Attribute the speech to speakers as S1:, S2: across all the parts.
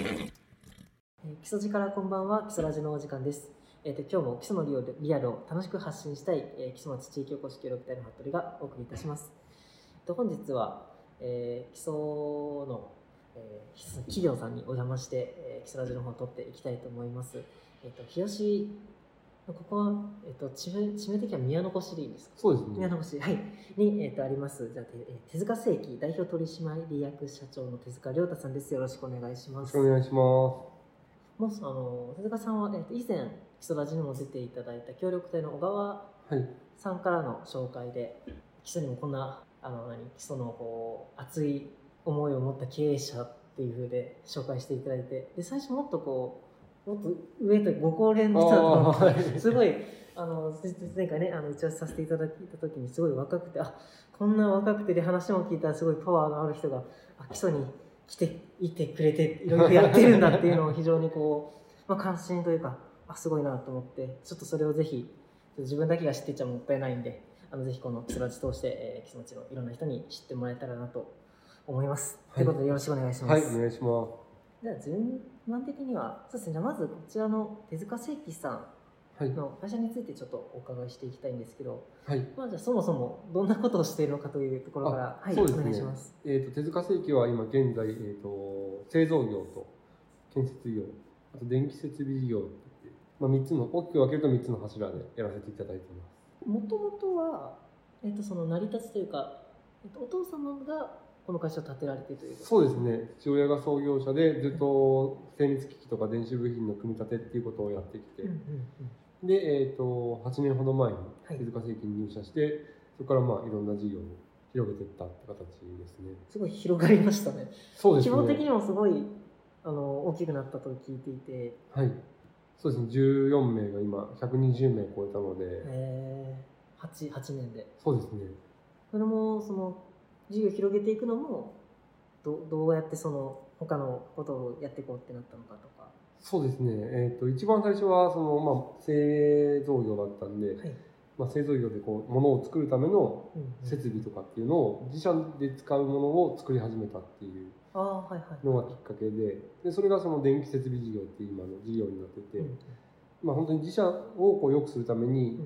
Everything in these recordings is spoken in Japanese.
S1: えー基礎力こんばんは基礎ラジのお時間です、えー、と今日も基礎のリオリアルを楽しく発信したい、えー、基礎町地域おこし協力隊の服部がお送りいたします、えーと本日は、えー基礎の、えー企業さんにお邪魔して、えー、基礎ラジの方を撮っていきたいと思いますえっ、と日吉ここは、えっと地名地名的には宮の越でいいんですか
S2: そうです
S1: 宮
S2: ね。
S1: の越はいに、えっとありますじゃあ、てえー手塚正規代表取締役社長の手塚亮太さんですよろしくお願いし
S2: よ
S1: ま
S2: ろし
S1: す
S2: くお願いしま
S1: もうあの手塚さんは、えっと以前基礎ラジにも出ていただいた協力隊の小川
S2: す。はい。
S1: さんからの紹介で基礎にもこんなあの何基礎のこう熱い思いを持った経営者っていう風で紹介していただいてで最初もっとこうもっと上とご高齢の人だと思って
S2: あ ーはい
S1: すごいあの前前回ねあの打ち合わせさせていただいた時にすごい若くてあこんな若くてで話も聞いたらすごいパワーがある人があ基礎に来ていてくれていろいろやってるんだっていうのを非常にこう、まあ、関心というかあすごいなと思ってちょっとそれをぜひ自分だけが知ってちゃもったいないんであのぜひこの基礎ラジ通して、えー、基礎町のいろんな人に知ってもらえたらなと思います。
S2: はい
S1: ということでよろしくお願いします。
S2: はい、お願いしま
S1: じゃあ順番的にはそうですねじゃあまずこちらの手塚正規さん
S2: す。はい。
S1: の会社についてちょっとお伺いしていきたいんですけど、
S2: はい。
S1: まあ、じゃあそもそもどんなことをしているのかというところから、
S2: あ
S1: はい、
S2: そ
S1: お
S2: うですね
S1: 願いします。
S2: えっ、と、手塚正規は今現在、えっ、と、製造業と建設業、あと電気設備事業って言って、まあ、三つの、大きく分けると三つの柱でやらせていただいてま
S1: もともとは、えっとその成り立ちというか、えっとお父様がこの会社を建てられてという
S2: す。そうですね。父親が創業者で、ずっと精密機器とか電子部品の組み立てっていうことをやってきて、
S1: うんうん
S2: で、えっ、と、8年ほど前に
S1: はい
S2: 手塚正規に入社して、そこからまあ、いろんな事業を広げていったって形ですね。
S1: すごい広がりましたね。
S2: そうです
S1: 希
S2: ね。
S1: 望的にもすごいあの大きくなったと聞いていて、
S2: はい。そうですね。14名が今120名超えたので、
S1: えー、8, 8年で。
S2: そうですね。
S1: それもその事業を広げていくのもどどうやってその他のことをやっていこうってなったのかとか。
S2: そうですね。えっ、と一番最初はそのまあ製造業だったんで、
S1: はい
S2: まあ製造業でこう物を作るための
S1: うんうん
S2: 設備とかっていうのを自社で使うものを作り始めたっていう
S1: ああはいはい
S2: のがきっかけで、でそれがその電気設備事業っていう今の事業になってて、
S1: うん
S2: まあ本当に自社をこう良くするために、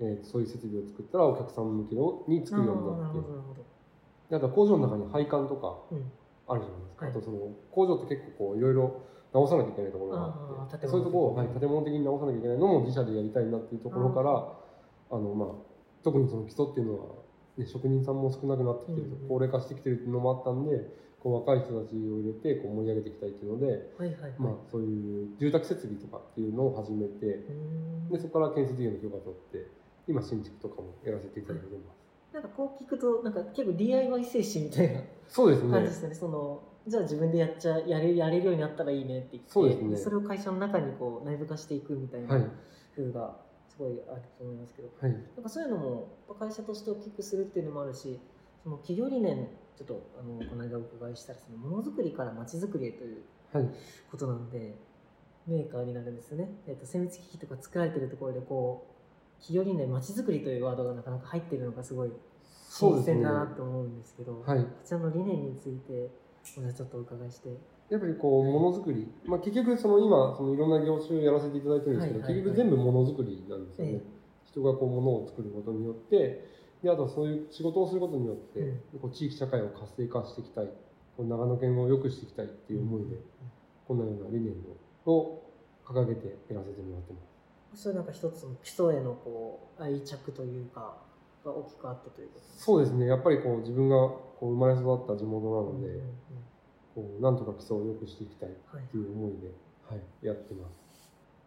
S1: うん
S2: えーそういう設備を作ったらお客さん向けのに作るように
S1: あー
S2: な
S1: な
S2: っ
S1: る
S2: て
S1: ほ、どなるほど
S2: であと工場の中に配管とか
S1: うん
S2: あるじゃないですか、
S1: はい
S2: あとその工場って結構こういろいろ直さなきゃいけないところがあっ
S1: あ
S2: て
S1: ー
S2: そういうところを、
S1: 建物
S2: はい、建物的に直さなきゃいけないのも自社でやりたいなっていうところからあの、まあ、特にその基礎っていうのは、ね、職人さんも少なくなってきてると、
S1: うんうん
S2: 高齢化してきてるっていうのもあったんでこう若い人たちを入れてこう盛り上げていきたいっていうので、
S1: はいはいはい、
S2: まあ、そういう住宅設備とかっていうのを始めて
S1: うーん
S2: でそこから建設業の許可取って今新築とかもやらせていただいてます。
S1: なんかこう聞くとなんか結構 DIY 精神みたいな
S2: そうです
S1: 感じで
S2: ね
S1: すよねそのじゃあ自分でやっちゃやれやれるようになったらいいねって言って
S2: そうですね
S1: それを会社の中にこう内部化していくみたい
S2: はい、
S1: な風がすごいあると思いますけど、
S2: はい
S1: なんかそういうのも会社として大きくするっていうのもあるしその企業理念ちょっとあのこの間お伺いしたらそのものづくりからまちづくりへという
S2: はい
S1: ことなんで、メーカーになるんですよね、えっと精密機器とか作られてるところでこう企業理念まちづくりというワードがなかなか入ってるのがすごい
S2: そうで
S1: 新
S2: す
S1: 鮮
S2: ね
S1: だなと思うんですけど
S2: はい
S1: こちらの理念についておちょっとお伺いして
S2: やっぱりこうものづくり、まあ、結局その今そのいろんな業種をやらせていただいてるんですけど、
S1: はいはいはい
S2: 結局全部ものづくりなんですよね、
S1: え
S2: 人がこうものを作ることによってであとはそういう仕事をすることによって、
S1: うん
S2: こう地域社会を活性化していきたいこう長野県を良くしていきたいっていう思いで、こんなような理念をを掲げてやらせてもらってます
S1: それなんか一つの基礎へのこう愛着というかが大きくあったということ
S2: そうですねやっぱりこう自分がこう生まれ育った地元なので、
S1: うんうんうん
S2: こうなんとか基礎を良くしていきたいっ
S1: はい
S2: ていう思いで、はい、やってま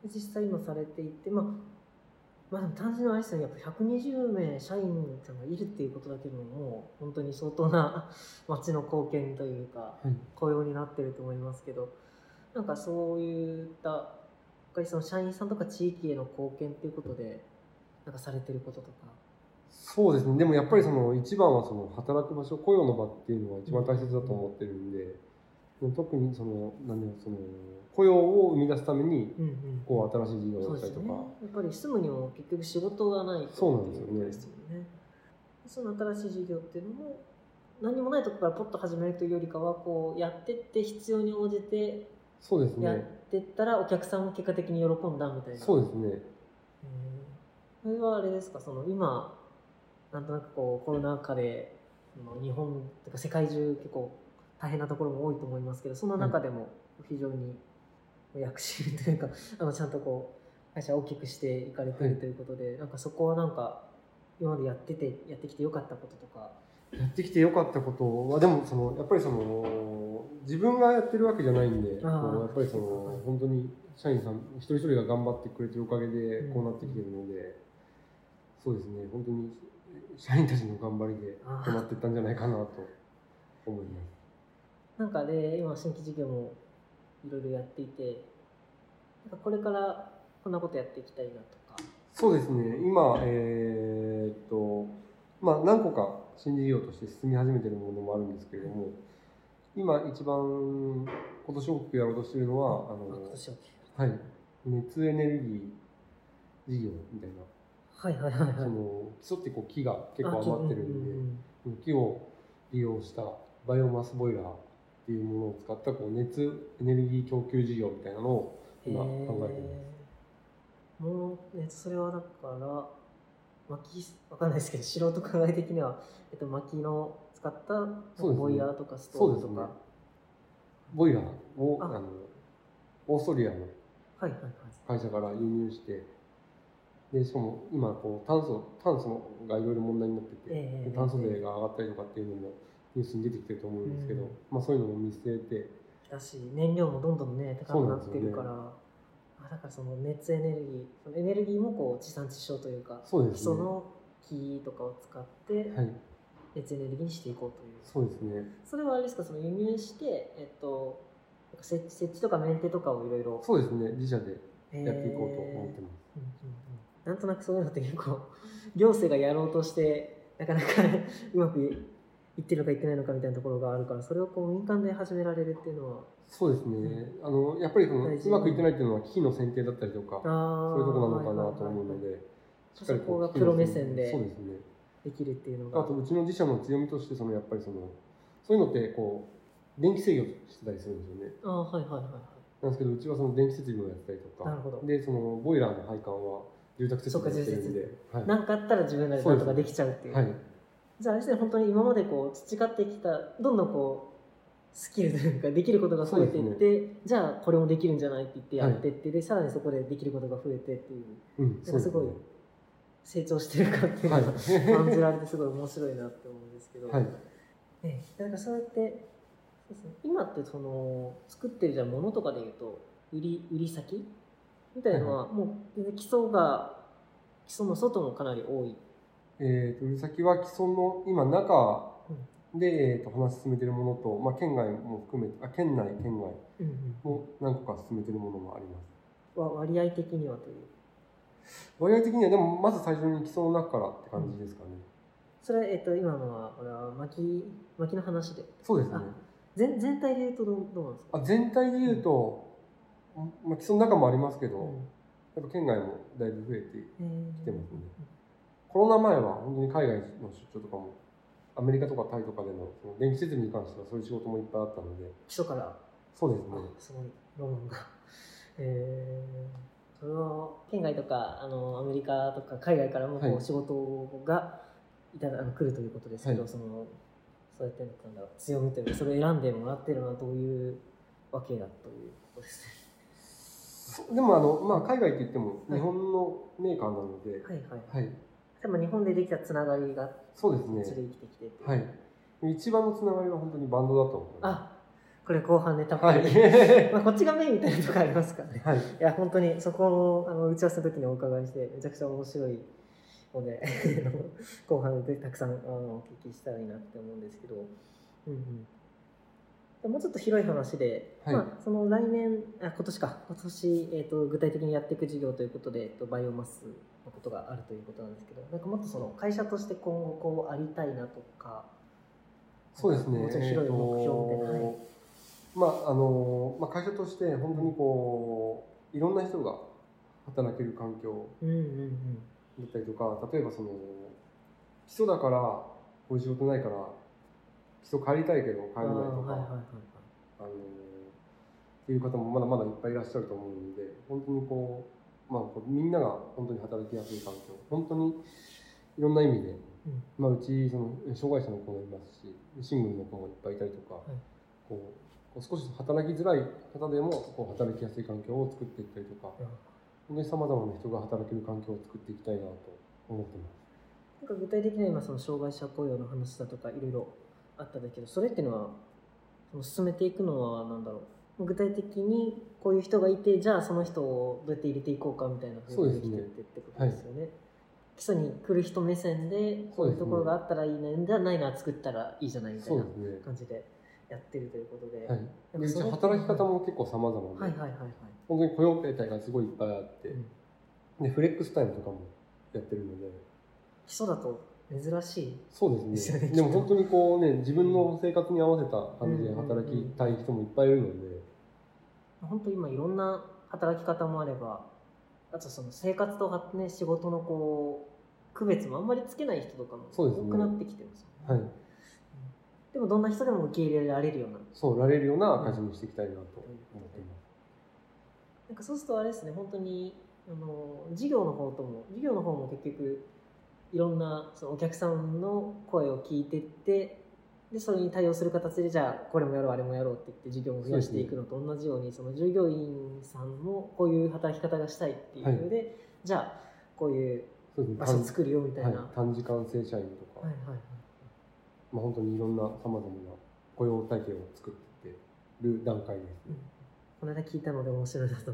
S2: す
S1: 実際今されていてまあまあでも単純にあれですよねやっぱ120名社員さんがいるっていうことだけでももう本当に相当な 町の貢献というか
S2: はい
S1: 雇用になってると思いますけどなんかそういったやっぱりその社員さんとか地域への貢献っていうことでなんかされてることとか
S2: そうですねでもやっぱりその一番はその働く場所雇用の場っていうのが一番大切だと思ってるんで、特にその何だろうその雇用を生み出すために
S1: うんうん
S2: こう新しい事業
S1: そ
S2: を
S1: う
S2: やっ
S1: で
S2: た
S1: す
S2: り
S1: よね
S2: とか
S1: やっぱり住むにも結局仕事がないと
S2: そうなんですよね
S1: っていうことですよねその新しい事業っていうのも何もないとこからポッと始めるというよりかはこうやってって必要に応じて
S2: そうです
S1: やっ
S2: ね。
S1: てったらお客さんも結果的に喜んだみたいな
S2: そうですね。
S1: うんそれはあれですかその今なんとなくこうコロナ禍でその日本とか世界中結構大変なところも多いと思いますけどその中でも非常に躍進というか、 あのちゃんとこう会社を大きくしていかれてるということで、なんかそこはなんか今までやっててやってきてよかったこととか、
S2: やってきてよかったことは、でもその、やっぱりその、自分がやってるわけじゃないんで、こ
S1: あー
S2: うやっぱりそ
S1: はい
S2: の、本当に社員さん一人一人が頑張ってくれてるおかげで
S1: うん、
S2: こうなってきてるので、そうですね、本当に社員たちの頑張りで、
S1: あー
S2: こうなってったんじゃないかなと 思います。
S1: なんかで今新規事業もいろいろやっていてなんかこれからこんなことやっていきたいなとか。
S2: そうですね、今、えーっと、まあ、何個か新事業として進み始めているものもあるんですけれども、今、一番、今年大きくやろうとしているのは、あ
S1: あ
S2: の
S1: 今、年は
S2: はい、熱エネルギー事業みたいな、
S1: はいはいはいはい
S2: その基礎ってこう木が結構余ってるんで、
S1: で
S2: 木を利用したバイオマスボイラーっていうものを使ったこう熱エネルギー供給事業みたいなのを今考えてます。
S1: もう、えっと、それはだから薪わかんないですけど素人考え的には、えっと、薪の使ったなんか
S2: そうですね
S1: ボイラーとかスト
S2: そう
S1: ーブ
S2: です
S1: と
S2: ね
S1: か、。
S2: ボイラーを
S1: あ
S2: あのオーストリアの
S1: はいはいはい
S2: 会社から輸入して、でしかも今こう炭素炭素がいろいろ問題になってて、
S1: ええ
S2: で炭素税が上がったりとかっていうのもニュースに出てきてると思うんですけど、
S1: うん
S2: まあそういうのも見据えて、
S1: だし燃料もどんどんね高くなってるから、
S2: そ
S1: あだからその熱エネルギーそのエネルギーもこう地産地消というか
S2: そうで
S1: 基
S2: すね。
S1: 礎
S2: は
S1: の木とかを使って
S2: い、
S1: 熱エネルギーにしていこうという、
S2: そうですね。
S1: それはあれですかその輸入して、えっと、なんか設置設置とかメンテとかをいろいろ
S2: そうですね。自社でや
S1: や
S2: っていこうと思ってます。
S1: なんとなくそういうのって結構行政がやろうとしてなかなか うまくいってるのかいってないのかみたいなところがあるからそれをこう民間で始められるっていうのは
S2: そうですね。あのやっぱりその
S1: 大事
S2: うまくいってないっていうのは機器の選定だったりとか、
S1: あ
S2: そう
S1: ー
S2: いうところなのかなと思う
S1: はいはいは
S2: の
S1: い
S2: で、しっか
S1: そ
S2: り
S1: こ
S2: こう
S1: がプロ目線で
S2: そうですね。
S1: できるっていうの
S2: あ
S1: が
S2: とうちの自社の強みとしてそのやっぱりそのそういうのってこう電気制御してたりするんですよね。
S1: あーはいはいはいはい
S2: なんですけどうちはその電気設備をやってたりと
S1: なる
S2: か、
S1: ほど
S2: でそのボイラーの配管は住宅設備をやってるんで、はい。
S1: 何かあったら自分らで何とかできちゃうっていう
S2: はい、
S1: じゃああれですね本当に今までこう培ってきたどんどんこうスキルというかできることが増えてい
S2: そう
S1: って、じゃあこれもできるんじゃないって言ってやってって、でさらにそこでできることが増えてっていう
S2: うん、
S1: なんかすごい成長してるかっていうの
S2: はい、
S1: が感じられてすごい面白いなって思うんですけど、
S2: はい、
S1: ね、なんかそうやってそうですね今ってその作ってるじゃあ物とかでいうと売り売り先みたいのはもう全然基礎が基礎の外もかなり多い。
S2: えー、と売り先は既存の今中で、えー、と話進めてるものと、まあ、県外も含めてあ県内県外も何個か進めてるものもあります
S1: わ割合的にはという
S2: 割合的にはでもまず最初に基礎の中からって感じですかね、
S1: それは、えっと、今のはこれは薪薪の話で
S2: そうですね
S1: あ全全体で言うとどうどうなんですか
S2: あ全体で言うと、まあ、基礎の中もありますけど、やっぱ県外もだいぶ増えて
S1: うん
S2: きてますねコロナ前は本当に海外の出張とかもアメリカとかタイとかでのその電気設備に関してはそういう仕事もいっぱいあったので
S1: 基礎から
S2: そうですね
S1: あすごいロマンが。 えー、それは県外とかあのアメリカとか海外からもこ
S2: は
S1: う
S2: い
S1: 仕事がいただあの来るということですけど、
S2: はい
S1: そのそうやってなんだろう強みというかそれを選んでもらってるのはどういうわけだということですね。
S2: そうでもあの、まあ、海外って言っても
S1: はい
S2: 日本のメーカーなので、
S1: はいはい。
S2: はい
S1: でも日本でできたつながりが
S2: そうです
S1: そっちで
S2: ね
S1: 生きてきてっていう
S2: はい一番のつながりは本当にバンドだと思いま
S1: あこれ後半ネタ
S2: すはい
S1: まあこっちがメインみたいなとこありますからね。
S2: はい
S1: いや本当にそこをあの打ち合わせの時にお伺いしてめちゃくちゃ面白いので あの後半でたくさんあのお聞きしたいなって思うんですけど、うんうんで、もうちょっと広い話で、
S2: はい
S1: まあ、その来年あ今年か今年、えー、と具体的にやっていく事業ということで、えー、とバイオマスのことがあるということなんですけどなんかもっとその会社として今後こうありたいなとか
S2: そうですね。
S1: もうちょっと広い目標みたいな、
S2: えーと
S1: はい
S2: まああのまあ会社として本当にこういろんな人が働ける環境
S1: うんうんうん
S2: だったりとか、例えばその基礎だからこういう仕事ないから基礎借りたいけど
S1: あ
S2: 帰れないとか、
S1: はいはいはいはい
S2: あのっていう方もまだまだいっぱいいらっしゃると思うので本当にこう、まあ、こうみんなが本当に働きやすい環境本当にいろんな意味で、うまあ、うちそのえ障害者の子もいますしシングルの子もいっぱいいたりとか、
S1: い
S2: こうこう少し働きづらい方でもこう働きやすい環境を作っていったりとか
S1: うん
S2: 本当にさまざまな人が働ける環境を作っていきたいなと思ってます。
S1: なんか具体的には今その障害者雇用の話だとかいろいろあったんだけどそれっていうのはその進めていくのは何だろう具体的にこういう人がいてじゃあその人をどうやって入れていこうかみたいな
S2: そう
S1: 風
S2: で
S1: に
S2: す
S1: でき
S2: ね
S1: ていってってことですよね。基礎に来る人目線でこ
S2: そうう
S1: い
S2: ですね
S1: うところがあったらいいねじゃあないなら作ったらいいじゃないみたい
S2: そう
S1: な
S2: ですね
S1: 感じでやってるということで。
S2: はい、
S1: なん
S2: で
S1: か
S2: う
S1: そ
S2: ち
S1: れ
S2: 働き方も結構様々で、
S1: はいはいはいはい。
S2: 本当に雇用形態がすごいいっぱいあって、
S1: うん
S2: でフレックスタイムとかもやってるので
S1: 基礎だと珍しい。
S2: そうで
S1: です
S2: す
S1: よ
S2: ね
S1: ね
S2: でも本当にこうね自分の生活に合わせた感じで働きたい人もいっぱいいるので、
S1: 本当今いろんな働き方もあればあとその生活とは、ね、仕事のこう区別もあんまりつけない人とかも
S2: そうです
S1: 多
S2: ね
S1: くなってきてますよね
S2: はい、
S1: でもどんな人でも受け入れられるような
S2: そうなれるような会社にしていきたいなと思っています、
S1: なんかそうするとあれですね本当にあの事業の方とも事業の方も結局いろんなそのお客さんの声を聞いてってでそれに対応する形でじゃあこれもやろうあれもやろうって言って事業を増やしていくのと同じようにその従業員さんもこういう働き方がしたいっていうので、じゃあこういう
S2: そうですね
S1: 場所作るよみたいな、
S2: 短
S1: はい、は
S2: はい、短時間正社員とか、
S1: いはい
S2: まあ、本当にいろんなさまざまな雇用体系を作っている段階ですね、
S1: この間聞いたので面白いなと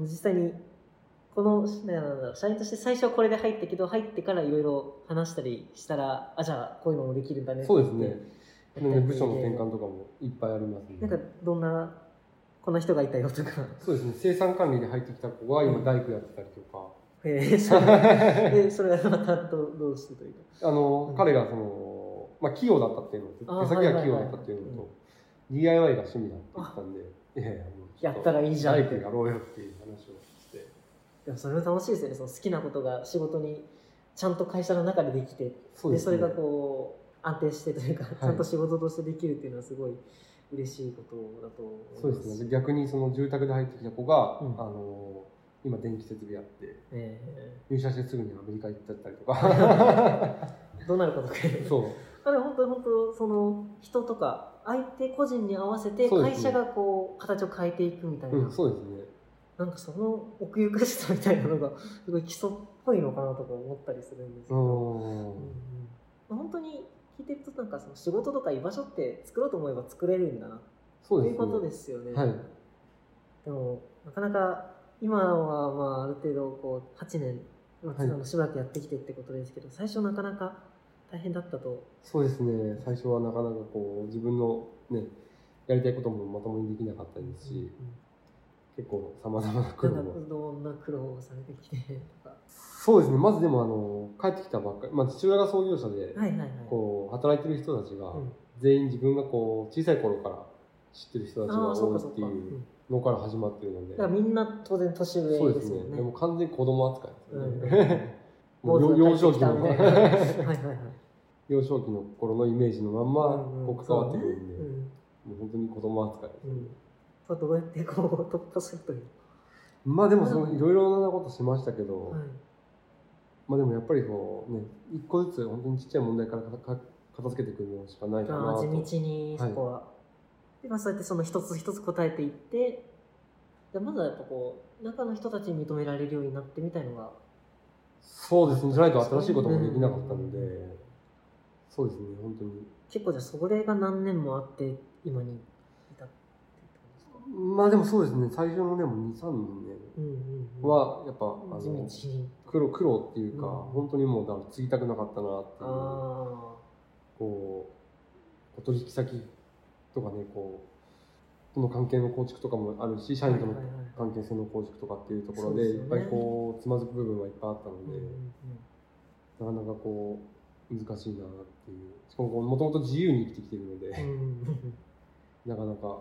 S1: 実際にこのなんだろう社員として最初はこれで入ったけど入ってからいろいろ話したりしたらあじゃあこういうのもできるんだねって
S2: そうですね
S1: やって
S2: で
S1: やって
S2: 部署の転換とかもいっぱいありますね
S1: なんかどんなこんな人がいたよ とか
S2: そうですね生産管理で入ってきた子が今大工やってたりとか、
S1: えーそれでそれはまたどどうしてというか
S2: あの、
S1: うん
S2: 彼がその、まあ、器用だったっていう
S1: あ
S2: のと、手先
S1: は
S2: が
S1: いは
S2: 器
S1: い
S2: 用
S1: はい
S2: だったっていうのと、DIY が趣味だって言ってたんで、いやいや、もうちょ
S1: やったらいいじゃん
S2: 大工やろうよっていう話をして、
S1: でもそれも楽しいですよねその好きなことが仕事にちゃんと会社の中でできて
S2: そう
S1: で
S2: です
S1: それ
S2: ね。
S1: がこう安定してというか、ちゃんと仕事としてできるっていうのはすごい嬉しいことだと思います。
S2: そうですね。で逆にその住宅で入ってきた子が、
S1: うん
S2: あの、今電気設備やって、
S1: え
S2: 入社してすぐにアメリカ行っちゃったりと か。
S1: えどうなることか。
S2: そう。
S1: あでも本当に本当その人とか相手個人に合わせて
S2: そうで
S1: 会
S2: す
S1: 社
S2: ね
S1: がこう形を変えていくみたいな、
S2: うん、そうですね。
S1: なんかその奥ゆかしさみたいなのがすごい基礎っぽいのかなとか思ったりするんですけ
S2: う
S1: ど、
S2: ん
S1: うんうん本当に聞いてるとなんかその仕事とか居場所って作ろうと思えば作れるんだな
S2: そう
S1: と
S2: で
S1: いう
S2: すね。
S1: ことですよね。
S2: はい。
S1: でもなかなか今はまあある程度こう8年、まあ
S2: はい
S1: あのしばらくやってきてってことですけど最初なかなか大変だったと
S2: そうですね最初はなかなかこう自分のねやりたいこともまともにできなかったですし、結構さまざまな苦
S1: な
S2: 労
S1: んか
S2: も
S1: どんな苦労をされてきてとか
S2: そうですねまずでもあの帰ってきたばっかり、まあ、父親が創業者で、
S1: はいはいはい
S2: こう働いてる人たちが、
S1: うん
S2: 全員自分がこう小さい頃から知ってる人たち
S1: あ
S2: が
S1: あそう
S2: 多
S1: かそう
S2: いって
S1: か、う
S2: いうんのから始まってるので
S1: だからみんな当然年
S2: そう
S1: 上で
S2: で
S1: すす
S2: ね
S1: よ
S2: で
S1: ね
S2: も完全に子供扱いですよね、
S1: 坊主
S2: もう
S1: が帰
S2: 幼
S1: って
S2: 少
S1: き
S2: 期
S1: たみ
S2: の
S1: たいなはいはいはい、
S2: 幼少期の 頃のイメージのまんま
S1: うん
S2: こう関わってくるんで、
S1: そうね
S2: もう本当に子供扱いです
S1: うんうんそうどうやってこう突破するという
S2: まあでもそのいろいろなことしましたけ
S1: は
S2: ど、
S1: い
S2: まあでもやっぱりこうね一個ずつ本当にちっちゃい問題からかか片付けていくのしかないかな
S1: ああ
S2: と
S1: 地道にそこは、でまあそうやってその一つ一つ答えていってでまずはやっぱこう中の人たちに認められるようになってみたいのが
S2: そうですねじゃないと新しいこともできなかったので、
S1: うん
S2: そうですね本当に
S1: 結構じゃあそれが何年もあって今に至ってってことですか
S2: まあでもそうですね最初のでも23年
S1: うんうんうん
S2: はやっぱ、あ
S1: 地道
S2: の
S1: に
S2: 苦労苦労っていうか、
S1: うん
S2: 本当にもうだから継ぎたくなかったなって
S1: あ
S2: いう
S1: あ
S2: こうお取引先とかねこうとの関係の構築とかもあるし社員との
S1: はいはいはい
S2: 関係性の構築とかっていうところ
S1: そう
S2: で
S1: です
S2: い
S1: よ
S2: っ
S1: ね
S2: ぱいこうつまずく部分はいっぱいあったの
S1: うん
S2: で、
S1: うん
S2: なかなかこう難しいなっていうしかももともと自由に生きてきてるので、
S1: うんうんうん
S2: なかなか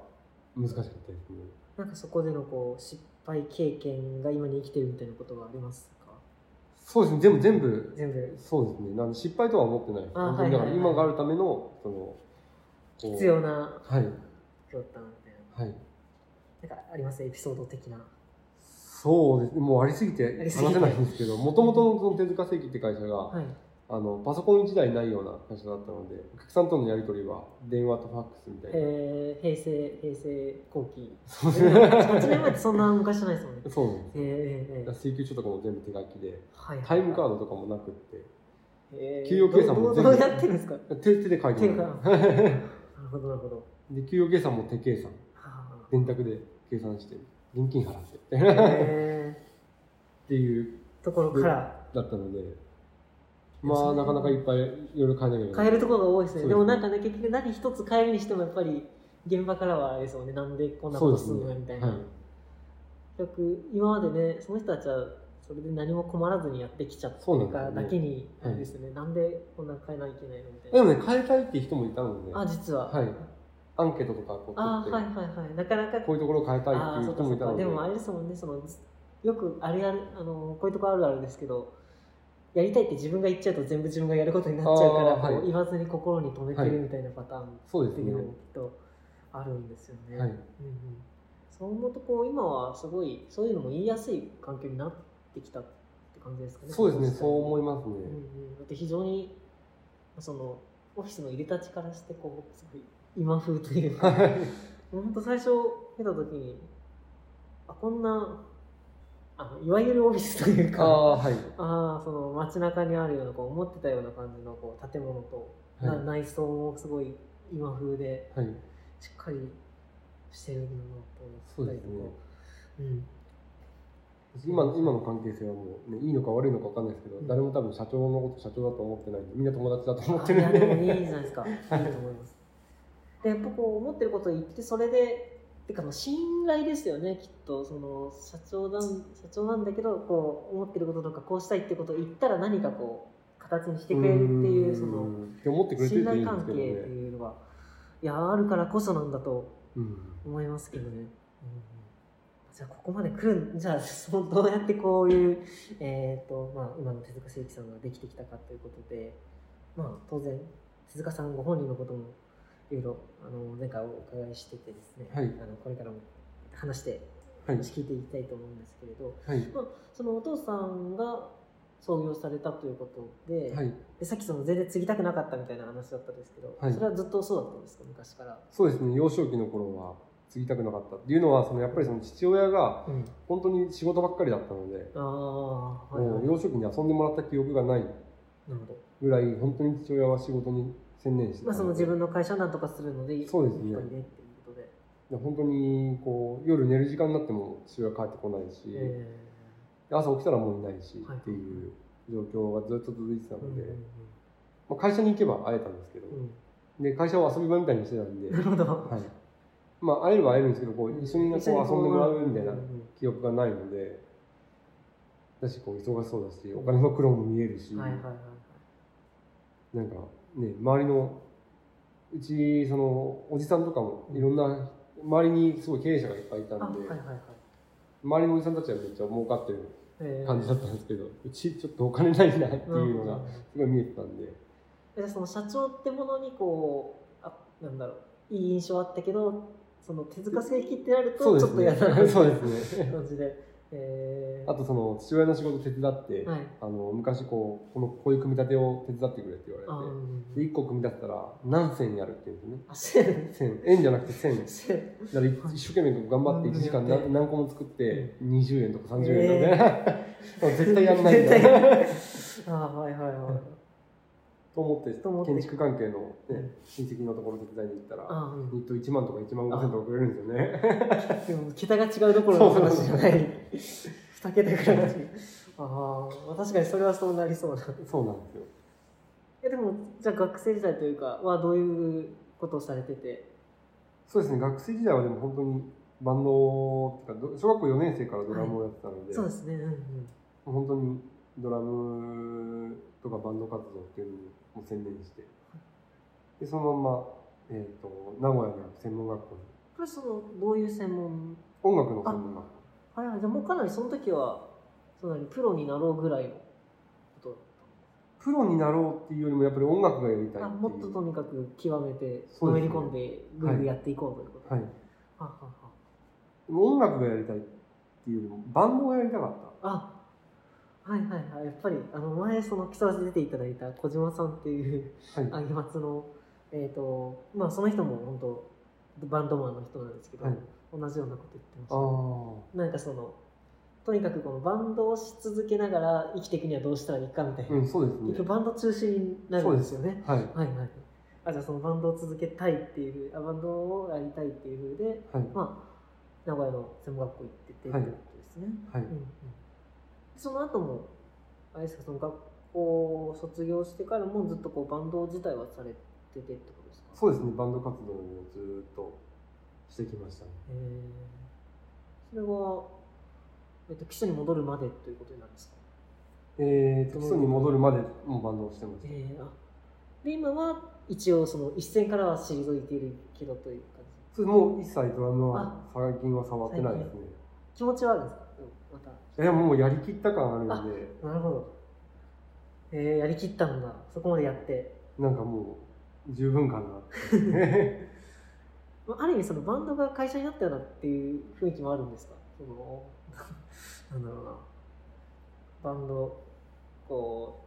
S2: 難しかったですね
S1: なんかそこでのこう失敗経験が今に生きてるみたいなことはありますか
S2: そうですね全部全部
S1: 全部
S2: そうですねなんで失敗とは思ってない
S1: あ
S2: 本当にだから
S1: はいはいはい
S2: 今があるためのそのこう
S1: 必要な
S2: はい
S1: ことだったみたいな
S2: はい
S1: なんかありますエピソード的な
S2: そうですねもうありすぎ
S1: あ
S2: て
S1: りすぎ
S2: 話
S1: て
S2: せないんですけどもともとのその手塚正規って会社が、
S1: はい
S2: あのパソコン一台ないような会社だったのでお客さんとのやり取りは電話とファックスみたいな、
S1: えー、平成平成後 期
S2: そうですね
S1: 8年前ってそんな昔じゃないですもんね
S2: そうなんです
S1: えー、えー、えー、
S2: 請求書とかも全部手書きで
S1: はいはい
S2: タイムカードとかもなくって
S1: えー
S2: 給与計算も
S1: ど
S2: 全
S1: う
S2: 部
S1: どうやってるんですか
S2: 手手で書いて
S1: 手
S2: る
S1: がなるほどなるほど
S2: で給与計算も手計算
S1: はあ
S2: 電卓で計算して現金払ってみたいなっ
S1: え
S2: ていう
S1: ー、ところから
S2: だったのでまあなかなかいっぱいいろいろ変えなきゃいけな
S1: 変
S2: い
S1: えるところが多いですね
S2: そうですね
S1: でもなんかね結局何一つ変えるにしてもやっぱり現場からはあれですよねなんでこんなことするのみたいな、
S2: はい
S1: 結局今までねその人たちはそれで何も困らずにやってきちゃった
S2: そう
S1: から
S2: なんです
S1: だ
S2: よね
S1: けにあ
S2: はい
S1: れですね、なんでこんな変えないといけないのみたい
S2: で
S1: な、
S2: もね変えたいって人もいたので
S1: あ実は、
S2: はいアンケートとかこう
S1: あ
S2: 取
S1: はい
S2: って
S1: はいはいなかなか
S2: こういうところを変えたい
S1: あ
S2: って
S1: あ
S2: い
S1: そううか
S2: 人も
S1: そ
S2: いうた
S1: か
S2: ので
S1: でもあれですもんねそのよくあれやるあのこういうとこあるあるですけどやりたいって自分が言っちゃうと全部自分がやることになっちゃうから
S2: あーはい
S1: こう言わずに心に留めてるみたいなパターンっ
S2: そうで
S1: て
S2: す
S1: いう
S2: ね
S1: のもきっとあるんですよね。
S2: はい
S1: うんうん、そう思うとこう今はすごいそういうのも言いやすい環境になってきたって感じですかね。
S2: そうですねそう思
S1: い
S2: いますね、
S1: うんうん、だって非常にそのオフィスの入れたちからしてこうすごい今風というか。本当最初見た時にあこんなあのいわゆるオフィスという
S2: あ
S1: かあ
S2: あはい
S1: あーその街中にあるようなこう思ってたような感じのこう建物と、
S2: はい
S1: な内装もすごい今風で
S2: はい
S1: しっかりしてるのと
S2: そう
S1: 思った
S2: で
S1: りと
S2: す
S1: か
S2: ね
S1: うん
S2: 今の今の関係性はもう、ね、いいのか悪いのか分かんないですけど、
S1: うん
S2: 誰も多分社長のこと社長だと思ってないんでみんな友達だと思っ
S1: あ
S2: て
S1: い
S2: る
S1: や
S2: ん
S1: で
S2: で
S1: もいいじゃないですかいいと思いますでやっぱこう思ってることを言ってそれでてかもう信頼ですよねきっとその社長なん社長なんだけどこう思ってることとかこうしたいってことを言ったら何かこう形にしてくれるっていうその
S2: んって思ってくれてる
S1: 信
S2: といい
S1: 頼
S2: んで
S1: 関
S2: す
S1: 係
S2: け
S1: っ
S2: ど
S1: て
S2: ね、
S1: いうのはいやあるからこそなんだと
S2: うん、
S1: 思いますけどね、うんじゃあここまで来るんじゃあそのどうやってこういう、えーとまあ、今の手塚正樹さんができてきたかということで、まあ、当然手塚さんご本人のこともいろいろあの前回お伺いしててですね、
S2: はい
S1: あのこれからも話して
S2: はい
S1: 話聞いていきたいと思うんですけれど、
S2: はい
S1: まあ、そのお父さんが創業されたということで,、
S2: はい
S1: でさっきその全然継ぎたくなかったみたいな話だったんですけど、
S2: はい
S1: それはずっとそうだったんですか昔から。
S2: そうですね幼少期の頃は継ぎたくなかったっていうのはそのやっぱりその父親が本当に仕事ばっかりだったので、
S1: ああはい
S2: も
S1: は
S2: う
S1: い
S2: 幼少期に遊んでもらった記憶がない
S1: なるほど。
S2: ぐらい本当に父親は仕事に専念して
S1: まあ
S2: た
S1: その
S2: ので
S1: 自分の会社をなんとかするので、
S2: そうですね
S1: 一人でっていうことで。
S2: で本当にこう夜寝る時間になっても父親帰ってこないし、
S1: え
S2: で朝起きたらもういないし
S1: はい
S2: っていう状況がずっと続いてた
S1: ーうん
S2: の
S1: う
S2: で、
S1: ん
S2: まあ、会社に行けば会えたんですけど、
S1: うん
S2: で会社を遊び場みたいにしてたんで、
S1: なるほど。
S2: はいまあ、会えれば会えるんですけどこう一緒にこう遊んでもらうみたいな記憶がないのでだしこう忙しそうだしお金の苦労も見えるし、
S1: はいはいはいはい。
S2: なんかね周りのうちそのおじさんとかもいろんな周りにすごい経営者がいっぱいいた
S1: あ
S2: ん
S1: はい
S2: で、
S1: はいはい。
S2: 周りのおじさんたちはめっちゃ儲かってる
S1: えー
S2: 感じだったんですけど、うちちょっとお金ないなっていうの
S1: な
S2: が
S1: るほ
S2: すごい見えてたんで、
S1: どでその社長ってものにこうあなんだろういい印象あったけど、その手塚正規ってなる
S2: そ
S1: と
S2: う
S1: ち
S2: で
S1: ょっ
S2: す
S1: と嫌
S2: ね
S1: だな
S2: そうですね
S1: 感じで。えー
S2: あとその父親の仕事手伝って、
S1: はい。
S2: あの昔こうこのこういう組み立てを手伝ってくれって言
S1: あ
S2: われて、で
S1: ー
S2: 1個組み立てたら何線やるって言うんで
S1: あせん
S2: すね線円じゃなくて線だ
S1: せん
S2: から一一生懸命頑張って1時間
S1: やって
S2: 何何個も作って20円とか30円とかね、 絶
S1: 絶
S2: 対
S1: 対
S2: や
S1: や
S2: ん
S1: ん
S2: な
S1: ないい
S2: ん
S1: ん
S2: だ
S1: だ
S2: よ
S1: あーはいはいはい。
S2: と思って
S1: と思って
S2: 建築関係の、ね
S1: うん
S2: 親戚のところ手伝いに行ったら
S1: あーうん
S2: 日当1万とか1万5千とかくれるんですよね
S1: でも桁が違うどころの話じゃない。二桁ぐらいの話。ああ、確かにそれはそうなりそうな。
S2: そうなんですよ
S1: え、でも、じゃあ学生時代というか、はどういうことをされてて。
S2: そうですね学生時代はでも本当にバンドとかど小学校4年生からドラムをやってたので、
S1: そうですね。うんうん。
S2: 本当にドラムとかバンド活動っていうのにも専念してでそのまま、えー、と名古屋の専門学校に
S1: これ、その、どういう専門。
S2: 音楽の専門学校
S1: はいはい、じゃあもうかなりその時は、そんなにプロになろうぐらいのことだっ
S2: プロになろうっていうよりもやっぱり音楽がやりたいっていう
S1: あもっととにかく極めて
S2: そう
S1: の
S2: で
S1: めり
S2: すね
S1: 込んでぐいぐいやっていこうということ、
S2: はい、
S1: はは
S2: 音楽がやりたいっていうよりもバンドがやりたかった
S1: はあはいはいはいやっぱりあの前その木更津で出ていただいた小島さんっていう
S2: は
S1: あ
S2: い
S1: げまつのえっ、とまあその人も本当バンドマンの人なんですけど、
S2: はい
S1: 同じようなこと言ってまし
S2: あ
S1: た
S2: あ
S1: ね、なんかそのとにかくこのバンドをし続けながら生きていくにはどうしたらいいかみたいな、
S2: うんそうですね
S1: 結局バンド中心になるんですよね
S2: はい
S1: はいはいあじゃあそのバンドを続けたいっていうあバンドをやりたいっていうふうで
S2: はい
S1: まあ名古屋の専門学校行っててって
S2: はい
S1: ことですね、
S2: はい
S1: うんうん、その後もあれですかその学校を卒業してからもずっとこうバンド自体はされててってことですか
S2: そう
S1: う
S2: ですねバンド活動をずーっとしてきましたね
S1: えー、それは、えっと、基礎に戻るまでということになるんですか
S2: えーと基礎に戻るまでもバンドをしてました
S1: えー、あで今は一応その一線からは退いているけどという感じ
S2: それもう一切ドラムは最近は触ってないですね
S1: 気持ちはあるんですかまた
S2: いやもうやりきった感あるんで
S1: なるほどえー、やりきったんだそこまでやって
S2: なんかもう十分かなって。
S1: まあある意味そのバンドが会社になったようなっていう雰囲気もあるんですかその なんだろうなバンドこ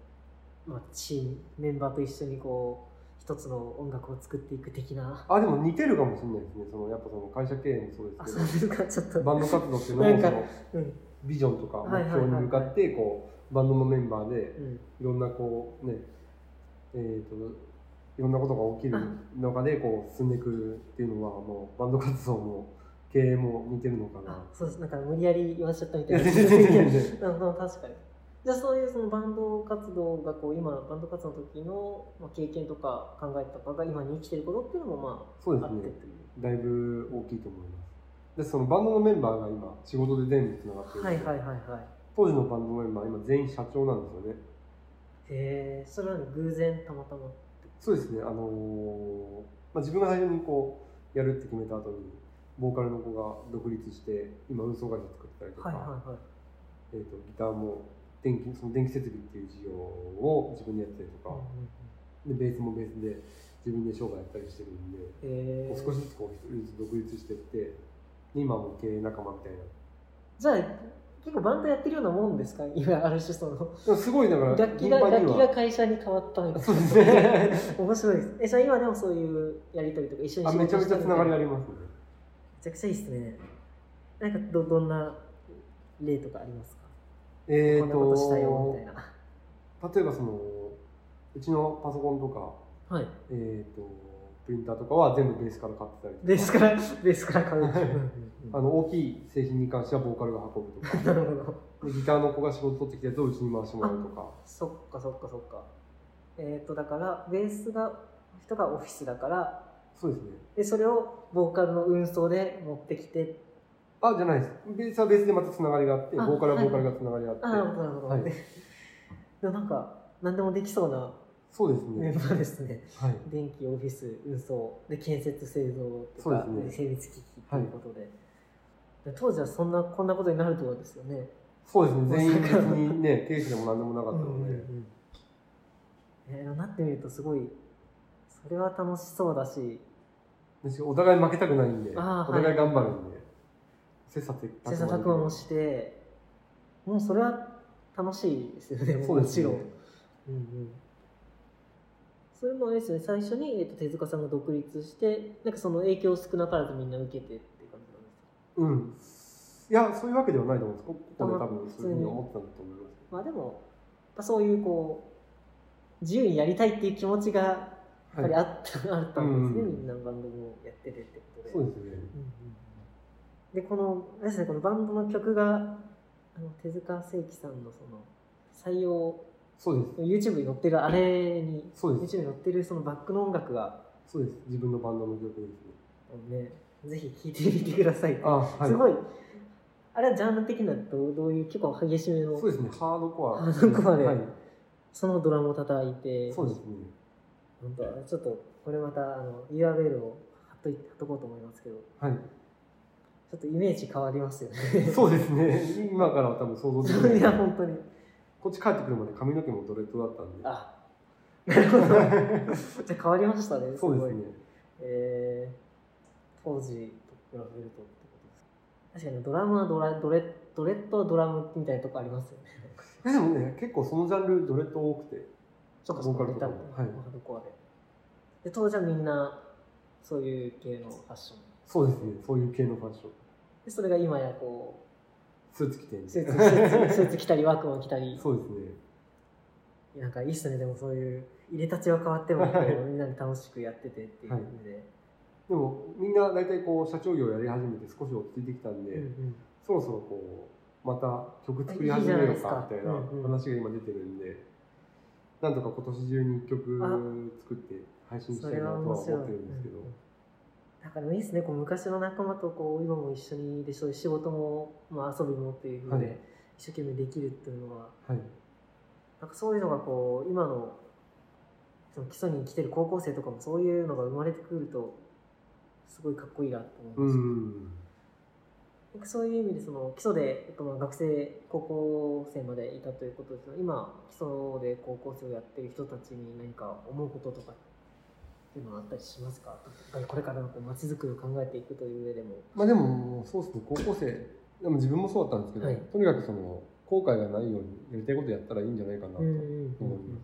S1: う、まあ、チームメンバーと一緒にこう一つの音楽を作っていく的な
S2: あでも似てるかもしれないですねそのやっぱその会社経営もそう
S1: あ
S2: です
S1: そうですかちょっ
S2: け
S1: と
S2: どバンド活動っていうの
S1: な
S2: も
S1: ん
S2: そ
S1: か
S2: の
S1: うん
S2: ビジョンとか
S1: はい
S2: 目
S1: はいはい
S2: 標に向かってこうバンドのメンバーで
S1: うん
S2: いろんなこうねえー、といろんなことが起きる中でこう進んでいくっていうのはもうバンド活動も経営も似てるのかな
S1: あ。そうですなんか無理やり言わせちゃったみ
S2: い
S1: た
S2: や
S1: いな
S2: 全然全然全然
S1: なるほど確かにじゃあそういうそのバンド活動がこう今バンド活動の時のまあ経験とか考えとかが今に生きてることっていうのもま
S2: そうで
S1: ああ
S2: す
S1: っ
S2: ね
S1: てという、
S2: だいぶ大きいと思いますでそのバンドのメンバーが今仕事で全部つながってるんで、
S1: はいはいはいはい
S2: 当時のバンドのメンバー今全員社長なんですよね
S1: へえそれはね偶然たまたま
S2: そうですねあのーまあ、自分が最初にこうやるって決めた後にボーカルの子が独立して今運送会社作ったりとか、
S1: はいはいはい
S2: えー、とギターも電気その電気設備っていう事業を自分でやったりと
S1: うん
S2: か
S1: うん、
S2: でベースもベースで自分で商売やったりしてるんで、
S1: うんへ
S2: もう
S1: え
S2: 少しずつこう一人ずつ独立してってで今も経営仲間みたいな
S1: じゃあ結構バンドやってるようなもんですか今ある種その
S2: でもすごいだから
S1: 楽器が
S2: 頻繁
S1: 楽
S2: に
S1: 器
S2: は
S1: が会社に変わったみたいな
S2: そうですね
S1: 面白いです えじゃあ今でもそういうやりとりとか一緒に
S2: あめちゃめちゃつながりあ
S1: め
S2: りますね
S1: ちゃくちゃいいですねなんかどどんな例とかありますか
S2: え
S1: こんなことしたよみたいな。
S2: 例えばそのうちのパソコンとか、
S1: はい。
S2: えー、とプリンターとかは全部ベースから買ってたりとか
S1: ですから、ですから買う。
S2: はい
S1: うん
S2: あの大きい製品に関してはボーカルが運ぶとか
S1: な るほど。
S2: でギターの子が仕事取ってきたやつをうちに回してもらうとか
S1: そっかそっかそっか。えっ、と、だから、ベースが、人がオフィスだから、
S2: そうですね
S1: で、それをボーカルの運送で持ってきて、
S2: あじゃないですベースはベースでまたつながりがあって
S1: あ
S2: ボーカルは
S1: はい
S2: ボーカルがつながりがあって、
S1: あ、なるほど、なるほど。
S2: はい
S1: でもなんか、何でもできそうな
S2: そうです
S1: メン
S2: ね
S1: バ、ーですね。
S2: はい、
S1: 電気、オフィス、運送、で、建設、製造と
S2: そう
S1: か、
S2: ですね
S1: で精密機器ということで。で当時はそんな、こんなことになるとはですよね。
S2: そうですね全員
S1: ま
S2: 別
S1: さか
S2: にね経費でも何でもなかったので、
S1: えーなってみるとすごいそれは楽しそうだし
S2: ですお互い負けたくないんで、
S1: あー
S2: お互い頑張るんで、切磋琢
S1: 切磋琢磨もしてもうそれは楽しいですよね
S2: そう
S1: も
S2: です
S1: ち
S2: ね
S1: ろん、うんうん、それもあれですよね最初に、えー、と手塚さんが独立してなんかその影響を少なからずみんな受けてっていう感じなんですか
S2: うん。いや、そういうわけではないと思うんです。こここで多分
S1: あ
S2: そういうふうに思ってたんだと思います。
S1: まあでもやっぱそういうこう自由にやりたいっていう気持ちがやっぱりあった,、あったんですね、
S2: うんうん
S1: みんな番組をやっててってことで
S2: そうですね。
S1: でこのあれですねこのバンドの曲があの手塚聖輝さんのその採用
S2: そうです。
S1: YouTube に載ってるあれに
S2: そうです。
S1: YouTube に載ってるそのバックの音楽が、
S2: そうです。自分のバンドの曲ですね。
S1: ね、ぜひ聴いてみてくださいって
S2: あ、はい。
S1: すごいあれはジャンル的にはどうどういう結構激しめの
S2: そうですね。ハードコア。
S1: ハードコアで
S2: はい。
S1: そのドラムを叩いて
S2: そうですね。
S1: 本当はちょっとこれまたあの URL を貼っとい貼っとこうと思いますけど
S2: はい。
S1: ちょっとイメージ変わりますよね
S2: そうですね。今からは多分想像でき
S1: い
S2: な
S1: や
S2: い。
S1: 本当に
S2: こっち帰ってくるまで髪の毛もドレッドだったんで。
S1: あなるほ どじゃあ変わりましたねす
S2: そ
S1: ご
S2: う
S1: い
S2: ですね。
S1: えー、当時と比べるとってことですか確かにドラムはドラドレドレッドはドラムみたいなとこありますよね
S2: いやでもね、結構そのジャンルドレッド多くて。
S1: そっかそっか
S2: ボーカルとかも
S1: メタ
S2: はい
S1: ルボーカルコアでで当時はみんなそういう系のファッション
S2: そうですね、そういう系のファッション。
S1: でそれが今やこ
S2: スーツ着てるん
S1: う
S2: で
S1: スーツスーツスーツ着たりワークマン着たり
S2: そうですね。
S1: なんかいいっすねでもそういう入れたちは変わっても、
S2: はい
S1: みんなで楽しくやっててっていうので、
S2: でもみんな大体こう社長業やり始めて少し落ち着いてきたんで、
S1: うんうん
S2: そろそろこうまた曲作り始めようかみたいな
S1: うんうん
S2: 話が今出てるんで、なんとか今年中に1曲作って配信したいなとは思ってるんですけど
S1: うんうんなんかでもいいですねこう昔の仲間とこう今も一緒にでそう仕事も、まあ、遊びもっていうふうで、
S2: はい
S1: 一生懸命できるっていうのは
S2: はい
S1: なんかそういうのがこう今のその基礎に来てる高校生とかもそういうのが生まれてくるとすごいかっこいいなと思いま
S2: う
S1: す、
S2: ん
S1: なんかそういう意味でその基礎で、えっと、まあ学生高校生までいたということですが今基礎で高校生をやってる人たちに何か思うこととかっていうのはあったりしますかこれからのこう街づくりを考えていくという上でも。
S2: まあでもそうですね高校生でも自分もそうだったんですけど、
S1: はい
S2: とにかくその後悔がないようにやりたいことやったらいいんじゃないかなと、
S1: うん
S2: うんうん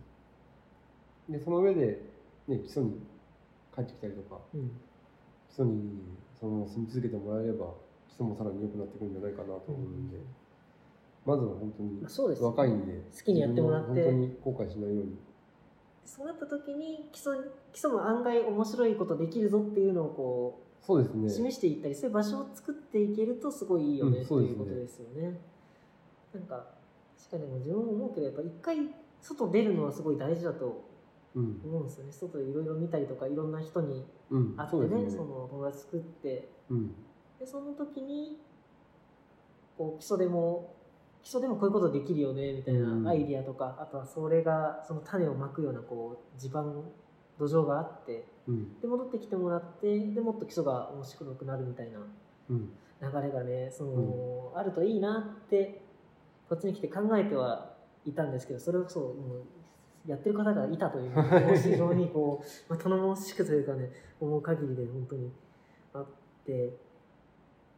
S2: でその上で、ね、基礎に帰ってきたりとか
S1: うん
S2: 基礎にその住み続けてもらえれば基礎もさらに良くなってくるんじゃないかなと思うんで、まずは本当に
S1: まあ、そうですね
S2: 若いんで、
S1: 好きにやってもらって
S2: 自分の本当に後悔しないように
S1: そうなった時に基礎基礎も案外面白いことできるぞっていうのをこ
S2: そうです
S1: う、
S2: ね
S1: 示していったりそういう場所を作っていけるとすごいいいよね
S2: うん
S1: って
S2: そうで
S1: い
S2: すね
S1: うことですよね。なんか確かにでも自分も思うけどやっぱ一回外出るのはすごい大事だと
S2: うん、
S1: 思うんですよね外いろいろ見たりとかいろんな人に
S2: うん、
S1: 会って
S2: そう
S1: ねそ
S2: ですね
S1: の友達作って
S2: うん、
S1: でその時にこう基礎でも基礎でもこういうことできるよねみたい
S2: うん
S1: なアイディアとか、あとはそれがその種をまくようなこう地盤土壌があって
S2: うん、
S1: で戻ってきてもらってでもっと基礎が面白くなるみたいな
S2: うん、
S1: 流れがねその、あるといいなってこっちに来て考えてはいたんですけどそれをそうもうやってる方がいたというのが非常にこう、ま あ、頼もしくというかね思う限りで本当にあって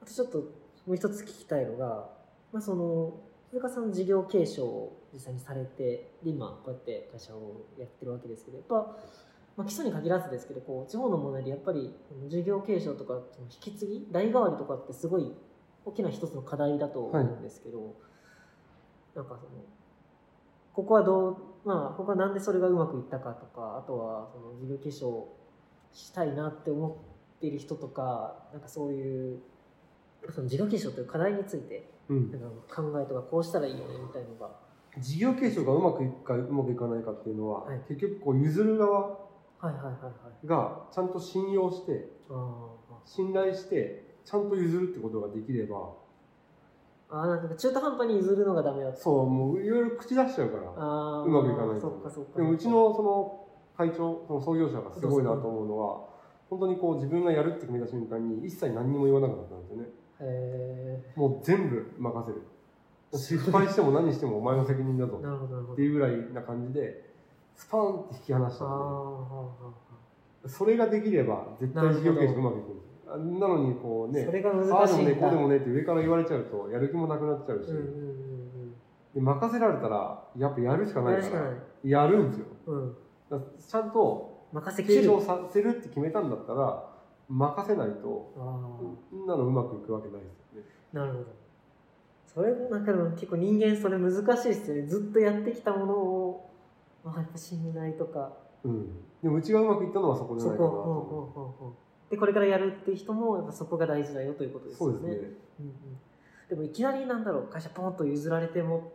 S1: あとちょっともう一つ聞きたいのが、まあ、その鈴鹿さん事業継承を実際にされてで今こうやって会社をやってるわけですけどやっぱ、まあ、基礎に限らずですけどこう地方の問題でやっぱりその事業継承とかその引き継ぎ代替わりとかってすごい大きな一つの課題だと思うんですけど、なんかそのここはどうまあここはなんでそれがうまくいったかとかあとはその事業継承したいなって思っている人とかなんかそういうその事業継承という課題について
S2: うん
S1: なんか考えとかこうしたらいいよねみたいのが
S2: 事業継承がうまくいくかうまくいかないかっていうのは、
S1: はい
S2: 結局こう譲る側
S1: はいはいはいはい
S2: がちゃんと信用して
S1: あ
S2: 信頼してちゃんと譲るってことができれば
S1: ーあーなんか中途半端に譲るのがダメだと
S2: そうもういろいろ口出しちゃうから
S1: あー
S2: うまくいかない
S1: そっかそっか
S2: でもうちのその会長その創業者がすごいなと思うのは本当にこう自分がやるって決めた瞬間に一切何にも言わなくなったんですよね
S1: へ
S2: もう全部任せる失敗しても何してもお前の責任だ
S1: え
S2: ぞ
S1: なるほどなるほど
S2: っていうぐらいな感じでスパンって引き離し
S1: あ
S2: た
S1: ーは
S2: ん
S1: あはあは
S2: でそれができれば絶対事業継承うまくいくんですよあなのにこう
S1: あ、そ
S2: ね
S1: れが難
S2: ああで
S1: しい
S2: も
S1: んだ
S2: ねこうでもねって上から言われちゃうとやる気もなくなっちゃうし、
S1: うんうんうん
S2: で任せられたらやっぱやるしか
S1: うんや
S2: ない
S1: るし
S2: か
S1: からない
S2: やるんですよ
S1: うん
S2: だからちゃんと
S1: 任せき
S2: 継
S1: る
S2: 承させるって決めたんだったら任せないと
S1: ああ
S2: そんなのうまくいくわけないですよね。
S1: なるほど。それなんかでも結構人間それ難しいですよね。ずっとやってきたものを、まあ、やっぱ信頼とか、
S2: うん、でもうちがうまくいったのはそこじゃ
S1: そ
S2: ない
S1: こ
S2: かなと
S1: ほう
S2: 思
S1: ほうほうほうで、これからやるっていう人も、やっぱそこが大事だよということ
S2: う。
S1: です
S2: そ
S1: よ
S2: う
S1: ね。
S2: ですね。
S1: うんうん、でもいきなりなんだろう、会社ポンと譲られても、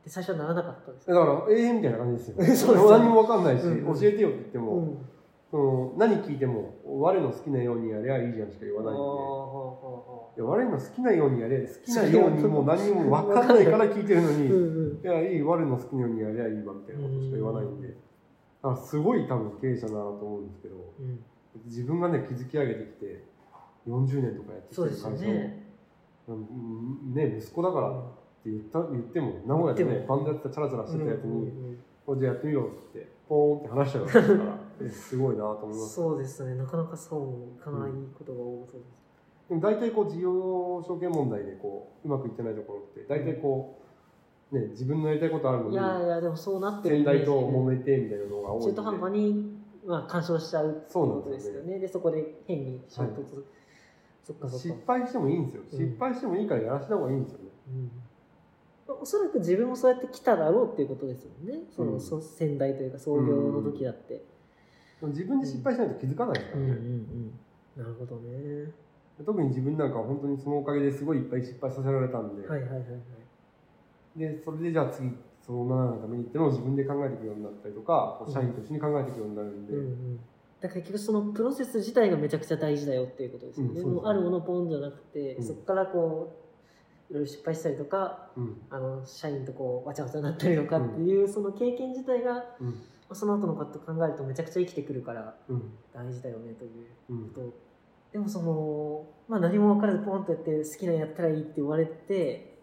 S1: って最初はならなかったです。
S2: だから永遠みたいな感じです
S1: そ
S2: よ。
S1: うです
S2: 何にもわかんないし、
S1: うんうん
S2: 教えてよって言って
S1: う
S2: も、
S1: ん。
S2: その何聞いても我の好きなようにやりゃいいじゃんしか言
S1: ほ
S2: わ
S1: うほう
S2: な
S1: ほ
S2: いんで。いや我の好きなようにやれ好きなようにもう何にもわかんないから聞いてるの
S1: う
S2: に、
S1: ほう。う
S2: い
S1: んうん。
S2: やいい我の好きなようにやりゃいいわみたいなことしか言わないんで、
S1: うん
S2: だからすごい多分経営者だなと思うんですけど。
S1: うん、
S2: 自分がね築き上げてきて40年とかやってきて
S1: そう
S2: る
S1: ですよ
S2: 会社を
S1: ね。
S2: うんね息子だから言った言っても名古屋で
S1: 言っ
S2: ね
S1: て
S2: バンドやってたチャラチャラしてたやつ
S1: う
S2: に
S1: ん
S2: 「これじゃあやってみよう」ってポーンって話したわけですから えすごいなと思います
S1: そうですね、なかなかそういかないことが多そうです。
S2: でも大体こう事業証券問題でこううまくいってないところって大体こう、ね、自分のやりたいことあるの
S1: い
S2: に
S1: やいや、でもそうなってる
S2: 先
S1: イメージ
S2: 代と揉めてみたいなのが多いんで
S1: 中途半端に、まあ、干渉しちゃうって
S2: そうなん
S1: こと
S2: で
S1: ですす
S2: よ
S1: よ
S2: ね
S1: ね。で、そこで変に衝突。
S2: はい
S1: そっかそっ
S2: 失
S1: か。
S2: 敗してもいいんですよ
S1: うん
S2: 失敗してもいいからやらせた方がいいんですよね、
S1: うんおそらく自分もそうやって来ただろうっていうことですよね。その、
S2: うん
S1: そ先代というか創業の時だって。
S2: でも自分で失敗しないと気づかないですか
S1: う
S2: ら
S1: んうん
S2: ね、
S1: うん。なるほどね。
S2: 特に自分なんかは本当にそのおかげですごいいっぱい失敗させられたんで、
S1: はいはいはいはい。
S2: でそれでじゃあ次その7のためにってのを自分で考えていくようになったりとか、こう社員と一緒に考えていくようになるんで、
S1: うんうん。だから結局そのプロセス自体がめちゃくちゃ大事だよっていうことですよ
S2: うん
S1: ね。
S2: そうですね
S1: もうあるものポンじゃなくて、
S2: うん
S1: そこからこう、いろいろ失敗したりとか、
S2: うん
S1: あの社員とこうわちゃわちゃになったりとかっていう、その経験自体が
S2: うん
S1: その後のこと考えるとめちゃくちゃ生きてくるから
S2: うん
S1: 大事だよねという
S2: うん
S1: ことでもその、まあ、何も分からずポンとやって好きなのやったらいいって言われて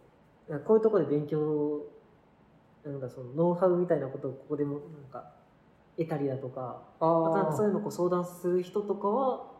S1: こういうところで勉強なんかそのノウハウみたいなことをここでもなんか得たりだとか
S2: あ
S1: あとなん
S2: あ
S1: かそういうのをこう相談する人とかは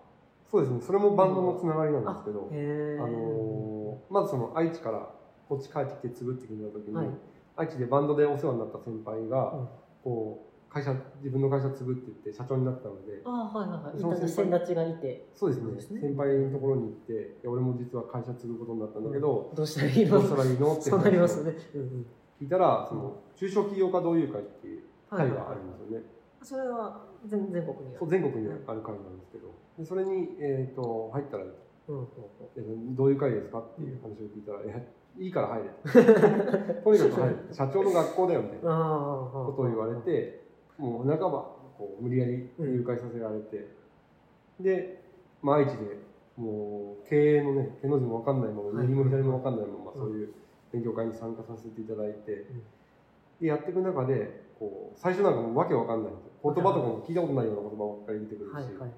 S2: そうですねそれもバンドのつながりなんですけど、
S1: へ
S2: あ
S1: え
S2: のーまずその愛知からこっち帰ってきて潰ってきた時に、
S1: はい
S2: 愛知でバンドでお世話になった先輩が、
S1: うん
S2: こう会社自分の会社潰ってって社長になったので
S1: あはいはいはい
S2: その
S1: いたんだ
S2: 先輩
S1: 先立ちがいて
S2: そうですね
S1: そうですね
S2: 先輩のところに行っていや俺も実は会社継ぐことになったんだけど、
S1: どうしたらいい
S2: ど
S1: の
S2: うしたらいいのって
S1: そうなりますよね、うんうん
S2: 聞いたらその中小企業家同友会っていう
S1: はい
S2: 会
S1: はい
S2: が
S1: は
S2: あ
S1: い
S2: るんですよね、
S1: それは全全国にある
S2: そう全国にある会なんですけどでそれに、えー、と入ったら
S1: うんうんうん
S2: えどういう会ですかっていう話を聞いたら、いや、いいから入 れと。とにかく入れ。社長の学校だよみたい
S1: あ
S2: な
S1: あ
S2: ことを言われて、もう半ばこう無理やり入会させられて、で、まあ、愛知でもう経営のね、手の字もわかんないまま、
S1: はい
S2: 右も左もわかんないまま、
S1: うん
S2: そういう勉強会に参加させていただいて
S1: ん、
S2: でやっていく中で、こう最初なんかもうわけわかんないんですよ言葉とかも聞いたことないような言葉ばっかり出てくるし、
S1: はいはいはい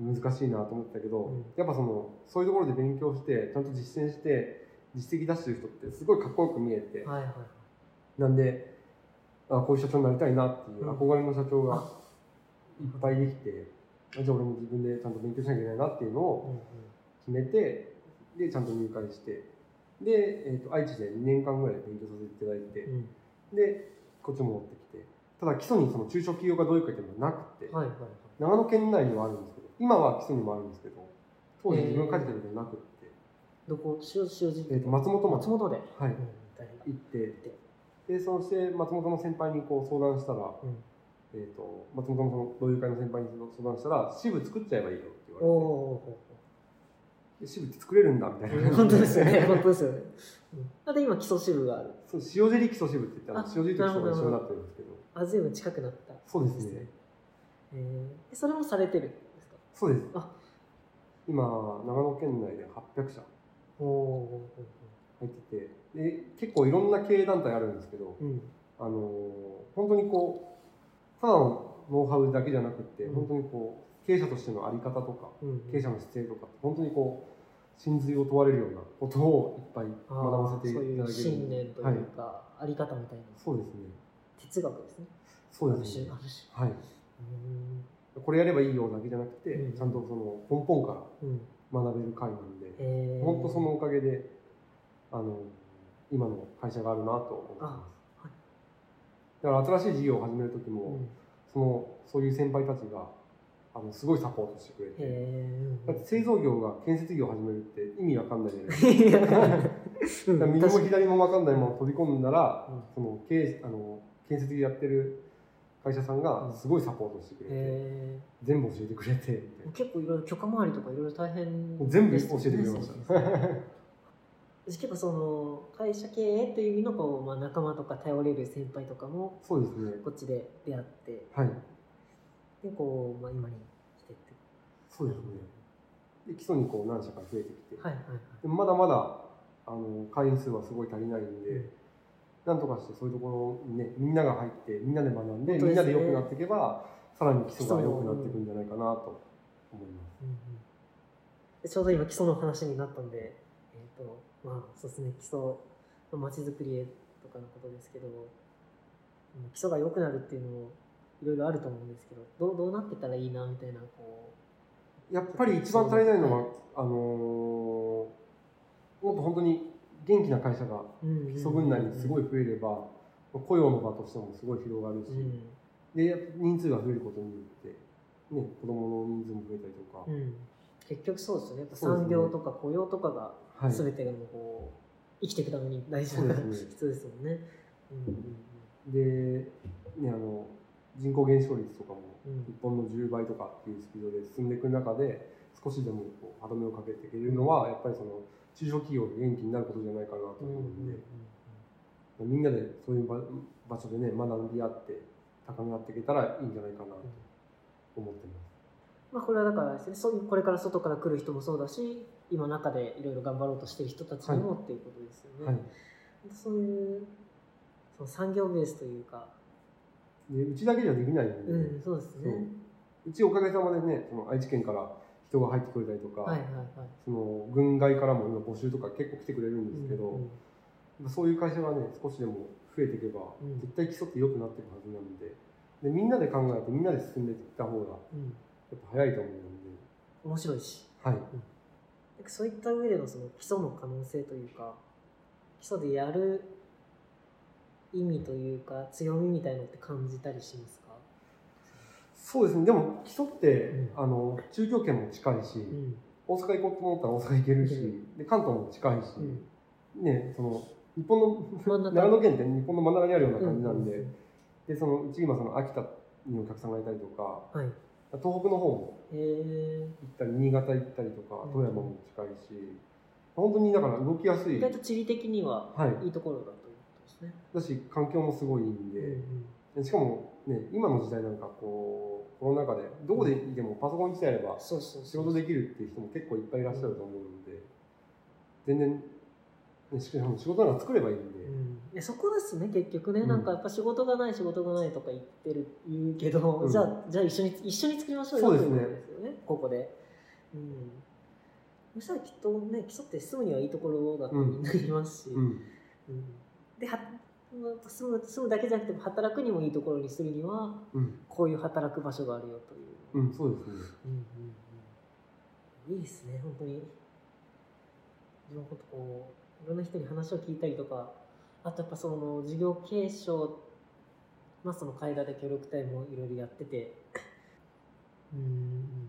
S2: 難しいなと思ったけど、
S1: うん
S2: やっぱそのそういうところで勉強してちゃんと実践して実績出してる人ってすごいかっこよく見えて、
S1: はいはい
S2: なんであこういう社長になりたいなっていう
S1: うん
S2: 憧れの社長がいっぱいできて、あじゃあ俺も自分でちゃんと勉強しなきゃいけないなっていうの
S1: うん
S2: を
S1: うん
S2: 決めてでちゃんと入会してで、えー、と愛知で2年間ぐらい勉強させていただいて、
S1: うん
S2: でこっち戻ってきてただ基礎にその中小企業がどういうかっていうのはなくて、
S1: はいはいはい
S2: 長野県内にはあるんですけど今は基礎にもあるんですけど当時自分が書いてた時はなくって、
S1: どこ塩塩尻
S2: えーと松本町
S1: 松本で、
S2: は
S1: う
S2: い
S1: ん、大変
S2: 行ってでそして松本の先輩にこう相談したら、
S1: ん
S2: えー、と松本のその同友会の先輩に相談したら支部作っちゃえばいいよって言
S1: お
S2: わ
S1: お
S2: れてで支部って作れるんだみたいな
S1: 本当ですよね本当ですよねうんだって今基礎支部がある
S2: そう塩尻基礎支部って言ったら
S1: あ
S2: 塩尻と基礎が一緒になってるんですけど
S1: あずいぶん近くなった
S2: そうですね
S1: えー、それもされてるんですか
S2: そうです
S1: あ
S2: 今長野県内で800社
S1: おお
S2: 入っててで結構いろんな経営団体あるんですけど、
S1: うん
S2: あのー本当にこうただのノウハウだけじゃなくって、
S1: うん
S2: 本当にこう経営者としてのあり方とか
S1: うん
S2: 経営者の姿勢とか本当にこう真髄を問われるようなことをいっぱい
S1: あー
S2: 学ばせていただける
S1: そういう信念と
S2: はい
S1: いう、か、あり方みたいな
S2: そうですね
S1: 哲学ですね
S2: そうです
S1: あ
S2: ね
S1: る種ある種
S2: はい
S1: うん
S2: これやればいいよだけじゃなくて、
S1: うん
S2: ちゃんとその根本か
S1: うん
S2: ら学べる会なんで、
S1: えー
S2: 本当そのおかげであの今の会社があるなと思ってます、
S1: あはい
S2: だから新しい事業を始める時も、
S1: うん
S2: そのそういう先輩たちがあのすごいサポートしてくれ
S1: へ
S2: て、
S1: え
S2: だって製造業が建設業を始めるって意味わかんないじゃないですか
S1: いやう
S2: だ
S1: ん
S2: から右も左もわかんないまま飛び込んだら、
S1: うん
S2: その経営あの建設業やってる会社さんがすごいサポートしてくれて、
S1: え
S2: 全部教えてくれてみたい
S1: ー、結構いろいろ許可回りとかいろいろ大変
S2: な全部教えてくれまし
S1: です
S2: た、
S1: よね私結構その会社経営っていう意味のこう、まあ、仲間とか頼れる先輩とかも
S2: そうですね
S1: こっちで出会って
S2: はい
S1: でこう、まあ、今に来てって
S2: そうですねで基礎にこう何社か増えてきて、
S1: はいはいはい
S2: でもまだまだあの会員数はすごい足りないんで、
S1: うん
S2: なんとかしてそういうところにねみんなが入ってみんなで学んで
S1: 本当
S2: みん
S1: ですね
S2: なで良くなっていけばさらに基礎が良くなっていくんじゃないかなと思います。
S1: うんうんでちょうど今基礎の話になったんで、えーとまあ、そうですね基礎まちづくりへとかのことですけどうん基礎が良くなるっていうのもいろいろあると思うんですけどどうどうなってたらいいなみたいなこ
S2: やっぱり一番足りないのは、あのーもっと本当に元気な会社が
S1: う、うんうん
S2: 基礎分内にすごい増えれば、雇用の場としてもすごい広がるし、
S1: うん
S2: でやっぱ人数が増えることによって、ね、子供の人数も増えたりとか、
S1: うん、結局そうですよねやっぱ
S2: そうですね
S1: 産業とか雇用とかが
S2: はい、
S1: 全てがもうこう生きていくために大事
S2: そう
S1: な
S2: ですね
S1: 必要ですもんね。うん
S2: で、ね、あの人口減少率とかも
S1: うん
S2: 日本の10倍とかっていうスピードで進んでいく中で少しでもこう歯止めをかけていけるのはやっぱりその中小企業が元気になることじゃないかなと
S1: うんうん
S2: 思う
S1: うんん
S2: で、みんなでそういう場場所でね学び合って高め合っていけたらいいんじゃないかなと思ってます。
S1: まあこれはだからですねそういうこれから外から来る人もそうだし今中でいろいろ頑張ろうとしてる人たちにもっていうことですよね。
S2: はい、
S1: そういうその産業ベースというか、
S2: でうちだけじゃできないんで、
S1: う、
S2: うん
S1: そうですね。
S2: ちおかげさまでねその愛知県から人が入ってくれたりとか、
S1: はいはいはい。
S2: その軍外からも今募集とか結構来てくれるんですけど、
S1: うんうん
S2: そういう会社がね少しでも増えていけば、
S1: うん
S2: 絶対基礎って良くなってるはずなんででみんなで考えてみんなで進んでいった方がや
S1: うん、
S2: っぱ早いと思うんで、
S1: 面白いし。
S2: はい、
S1: なんかそういった上でのその基礎の可能性というか基礎でやる意味というか強みみたいのって感じたりしますか、
S2: そうですねでも基礎って、
S1: う
S2: あの中京圏も近いし、
S1: うん
S2: 大阪行こうと思ったら大阪行けるし、
S1: う
S2: で関東も近いし、
S1: うん、
S2: ねその日本の
S1: 真ん中
S2: 長野県って日本の真ん中にあるような感じなんで、
S1: うう
S2: でそのうち今その秋田にお客さんがいたりとか
S1: うんはい
S2: 東北の方も
S1: えー、
S2: 行ったり新潟行ったりとか
S1: うん
S2: 富山も近いし、本当にだから動きやすい、
S1: 意
S2: は
S1: 外
S2: い
S1: と地理的にはいいところだということですね、
S2: だし環境もすごいいいん
S1: うん
S2: で、でしかもね今の時代なんかこうコロナ禍でどこでいてもパソコンさえあれば
S1: うん、そうそうそう
S2: 仕事できるっていう人も結構いっぱいいらっしゃると思うんで全然、ね、しかも仕事なんか作ればいいんで、
S1: うんいやそこですね結局ね、
S2: うん
S1: なんかやっぱ仕事がない仕事がないとか言ってる言うけど、
S2: うん
S1: じゃあじゃあ一緒に一緒に作りましょうよ
S2: そうですね
S1: といことですよねここで、うん、そしたらきっとね基礎って住むにはいいところだとみんな言いますし、
S2: うん
S1: うんでは住む住むだけじゃなくて働くにもいいところにするには
S2: うん
S1: こういう働く場所があるよという、
S2: うん、そうです
S1: う
S2: ね
S1: んうんうんいいですね本当に自分のことこういろんな人に話を聞いたりとかあとやっぱその事業継承まあその会話で協力隊もいろいろやっててうんうん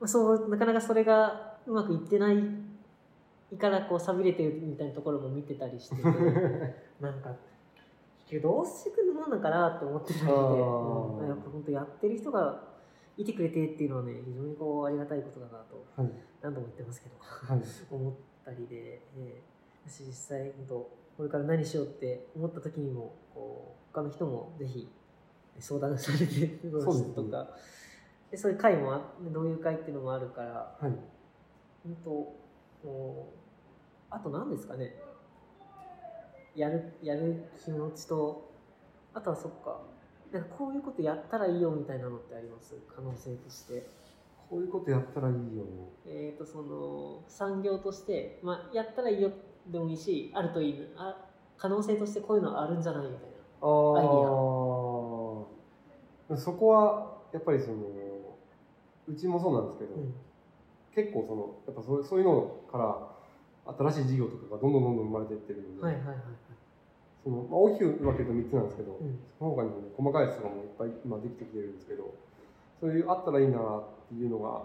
S1: まあそうなかなかそれがうまくいってないからこう寂れてるみたいなところも見てたりしててなんか結局どうしていくものなのかなって思ってた
S2: あ
S1: の
S2: ー
S1: で、うんやっぱ本当やってる人がいてくれてっていうのはね非常にこうありがたいことだなと
S2: はい、
S1: 何度も言ってますけど
S2: はい、
S1: 思ったりで、えー私実際本当これから何しようって思った時にもこう他の人もぜひ相談されてる
S2: そうですね
S1: とかでそういう会もあどういう会っていうのもあるから
S2: はい
S1: 本当もうあと何ですかねやるやる気持ちとあとはそっかなんかこういうことやったらいいよみたいなのってあります可能性として。
S2: こういうことやったらいいよ
S1: えー、とその産業として、まあ、やったらいいよでもいいしあるといいなあ可能性としてこういうのあるんじゃないみたい
S2: ああそこはやっぱりそのうちもそうなんですけど、
S1: な、
S2: 結構そのやっぱそうそういうのから新しい事業とかがどんどんどんどん生まれていってるので、
S1: はいはいはいはい、
S2: そのまあ、大きく分けると3つなんですけど、
S1: うん
S2: その他にも細かいやつとかもいっぱい今できてきてるんですけどそういうあったらいいなっていうのが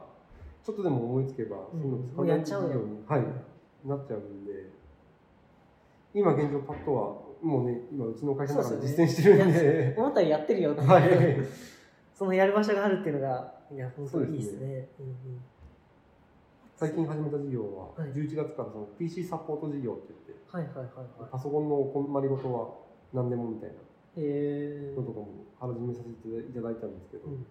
S2: ちょっとでも思いつけば、
S1: うん
S2: そういうの
S1: もうやっちゃうよ
S2: ように、はい、なっちゃうんで今現状パッとはもうね今うちの会社の中
S1: そう
S2: で
S1: です
S2: 実
S1: よ
S2: 践
S1: ね
S2: してるんで
S1: 思ったよりやってるよって、
S2: はい
S1: そのやる場所があるっていうのがいや本当にいいです
S2: そう
S1: ね
S2: で
S1: うんうん
S2: 最近始めた事業は
S1: はい
S2: 11月からその PC サポート事業って言って
S1: はいはいはいはい
S2: パソコンのお困りごとは何でもみたい
S1: へ
S2: な
S1: え
S2: のとかも始めさせていただいたんですけど、
S1: うん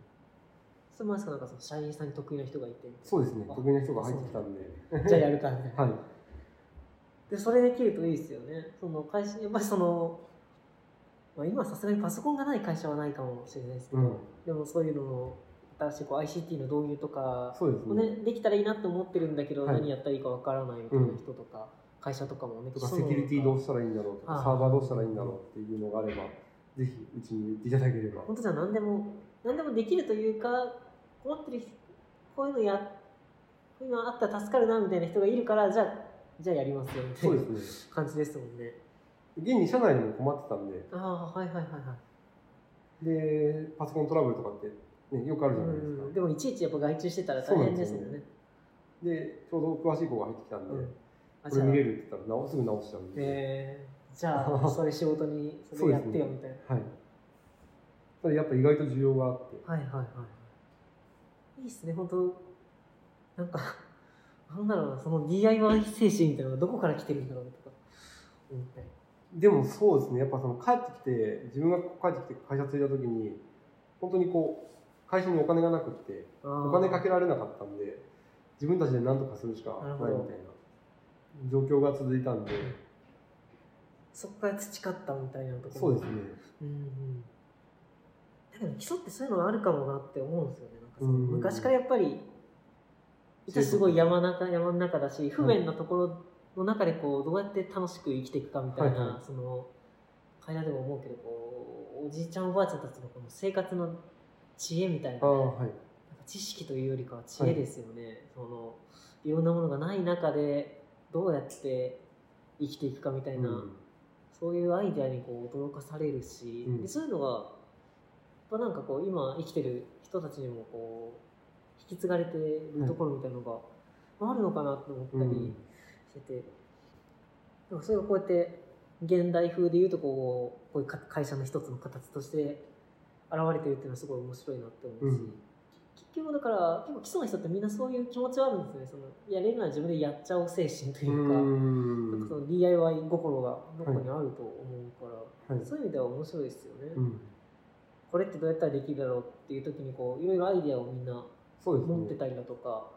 S1: そうまさかなんかその社員さんに得意な人がいて
S2: そうですね
S1: あ
S2: 得意な人が入ってきたんで
S1: じゃあやるかみたいな、
S2: はい
S1: でそれできるといいですよねその会社やっぱりその、まあ、今はさすがにパソコンがない会社はないかもしれないですけ
S2: う
S1: ど、
S2: ん
S1: でもそういうのも新しいこう ICT の導入とか
S2: そうです
S1: も、
S2: ね
S1: ね、できたらいいなって思ってるんだけど、
S2: はい
S1: 何やったらいいかわからないみたいな人とか、会社とかもね
S2: とかセキュリティどうしたらいいんだろうと
S1: あ
S2: か
S1: あ
S2: サーバーどうしたらいいんだろうっていうのがあればぜひうちに言っていただければ
S1: 本当じゃあ何でも何でもできるというか困ってる人こういうのやこういうのあったら助かるなみたいな人がいるからじゃあじゃあやりますよみたい
S2: そう
S1: な
S2: ですね
S1: 感じですもんね
S2: 現に社内でも困ってたんで
S1: ああはいはいはいはい
S2: でパソコントラブルとかって、ね、よくあるじゃないですか
S1: うんでもいちいちやっぱ外注してたら大変ですもんね
S2: でちょうど詳しい子が入ってきたんで、
S1: うんあ
S2: こ
S1: じ
S2: れ
S1: ゃあ
S2: 見れるって言ったら直すぐ直しちゃうんで、
S1: えーじゃ あそういう仕事にそれやってよみたいな、
S2: はいただやっぱ意外と需要があって
S1: はいはいはいいいっすね本当なんかなんだろうなその DIY 精神みたいなのがどこから来てるんだろうとか思ったり
S2: でもそうですねやっぱその帰ってきて自分が帰ってきて会社継いだ時に本当にこう会社にお金がなくってお
S1: お
S2: 金かけられなかったんで自分たちで何とかするしかないみたいな状況が続いたんで
S1: そこから培ったみたいなところ
S2: そうですね
S1: うんうんだけど基礎ってそういうのあるかもなって思うんですよねなんかその
S2: うん
S1: 昔からやっぱりいたすごい山中山の中だし不便なところの中でこうどうやって楽しく生きていくかみたいな、
S2: はいは
S1: その階段でも思うけどこうおじいちゃんおばあちゃんたちのこの生活の知恵みたいな
S2: ああはい
S1: なんか知識というよりかは知恵ですよね、そのいろんなものがない中でどうやって生きていくかみたいな、
S2: うん
S1: そういうアイデアにこう驚かされるし、
S2: うん
S1: でそういうのがやっぱなんかこう今生きてる人たちにもこう引き継がれてるところみたいなのがまああるのかなと思った
S2: う
S1: り
S2: ん
S1: してて、でもそれがこうやって現代風でいうとこうこういうか会社の一つの形として現れてるっていうのはすごい面白いなって思うし。
S2: うん
S1: 結局だから結構基礎の人ってみんなそういう気持ちはあるんですよねそのやれるなら自分でやっちゃおう精神というか、なんかその DIY 心がどこにあると思うから、
S2: はい
S1: そういう意味では面白いですよね、
S2: うん
S1: これってどうやったらできるだろうっていう時にこういろいろアイディアをみんな
S2: そうですね
S1: 持ってたりだとか、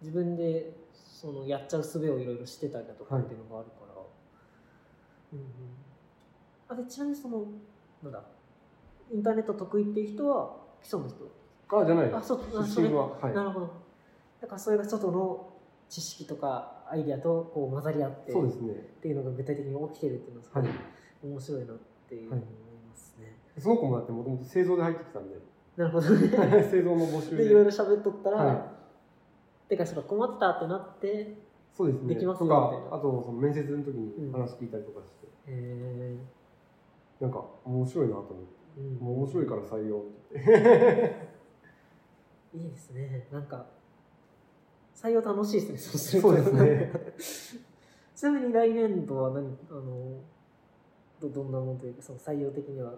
S1: 自分でそのやっちゃう術をいろいろしてたりだとか
S2: はい
S1: っていうのがあるから、うんうん、あでちなみにそのなんだインターネット得意っていう人は基礎の人、
S2: あじゃない
S1: あそうあそ
S2: 出
S1: れ
S2: 身ははい
S1: なるほどだからそれが外の知識とかアイディアとこう混ざり合って
S2: そうですね
S1: っていうのが具体的に起きてるっていうのはすご
S2: はい
S1: い面白いなっていうのを思いますね、
S2: その子もだってもともと製造で入ってきたんで
S1: なるほどね
S2: 製造の募集
S1: でいろい
S2: で
S1: ろ喋っとったら、
S2: は
S1: てかそれ困ってたってなってへ
S2: そうですね
S1: できますよ
S2: とか
S1: みたいな
S2: あとその面接の時
S1: うん
S2: に話聞いたりとかして
S1: えうん
S2: なんか面白いなと思ってもう面白いから採用って
S1: いいですねなんか採用楽しいですね
S2: そう
S1: る
S2: で
S1: と
S2: すね
S1: ちなみに来年度は何あのどどんなものというかその採用的には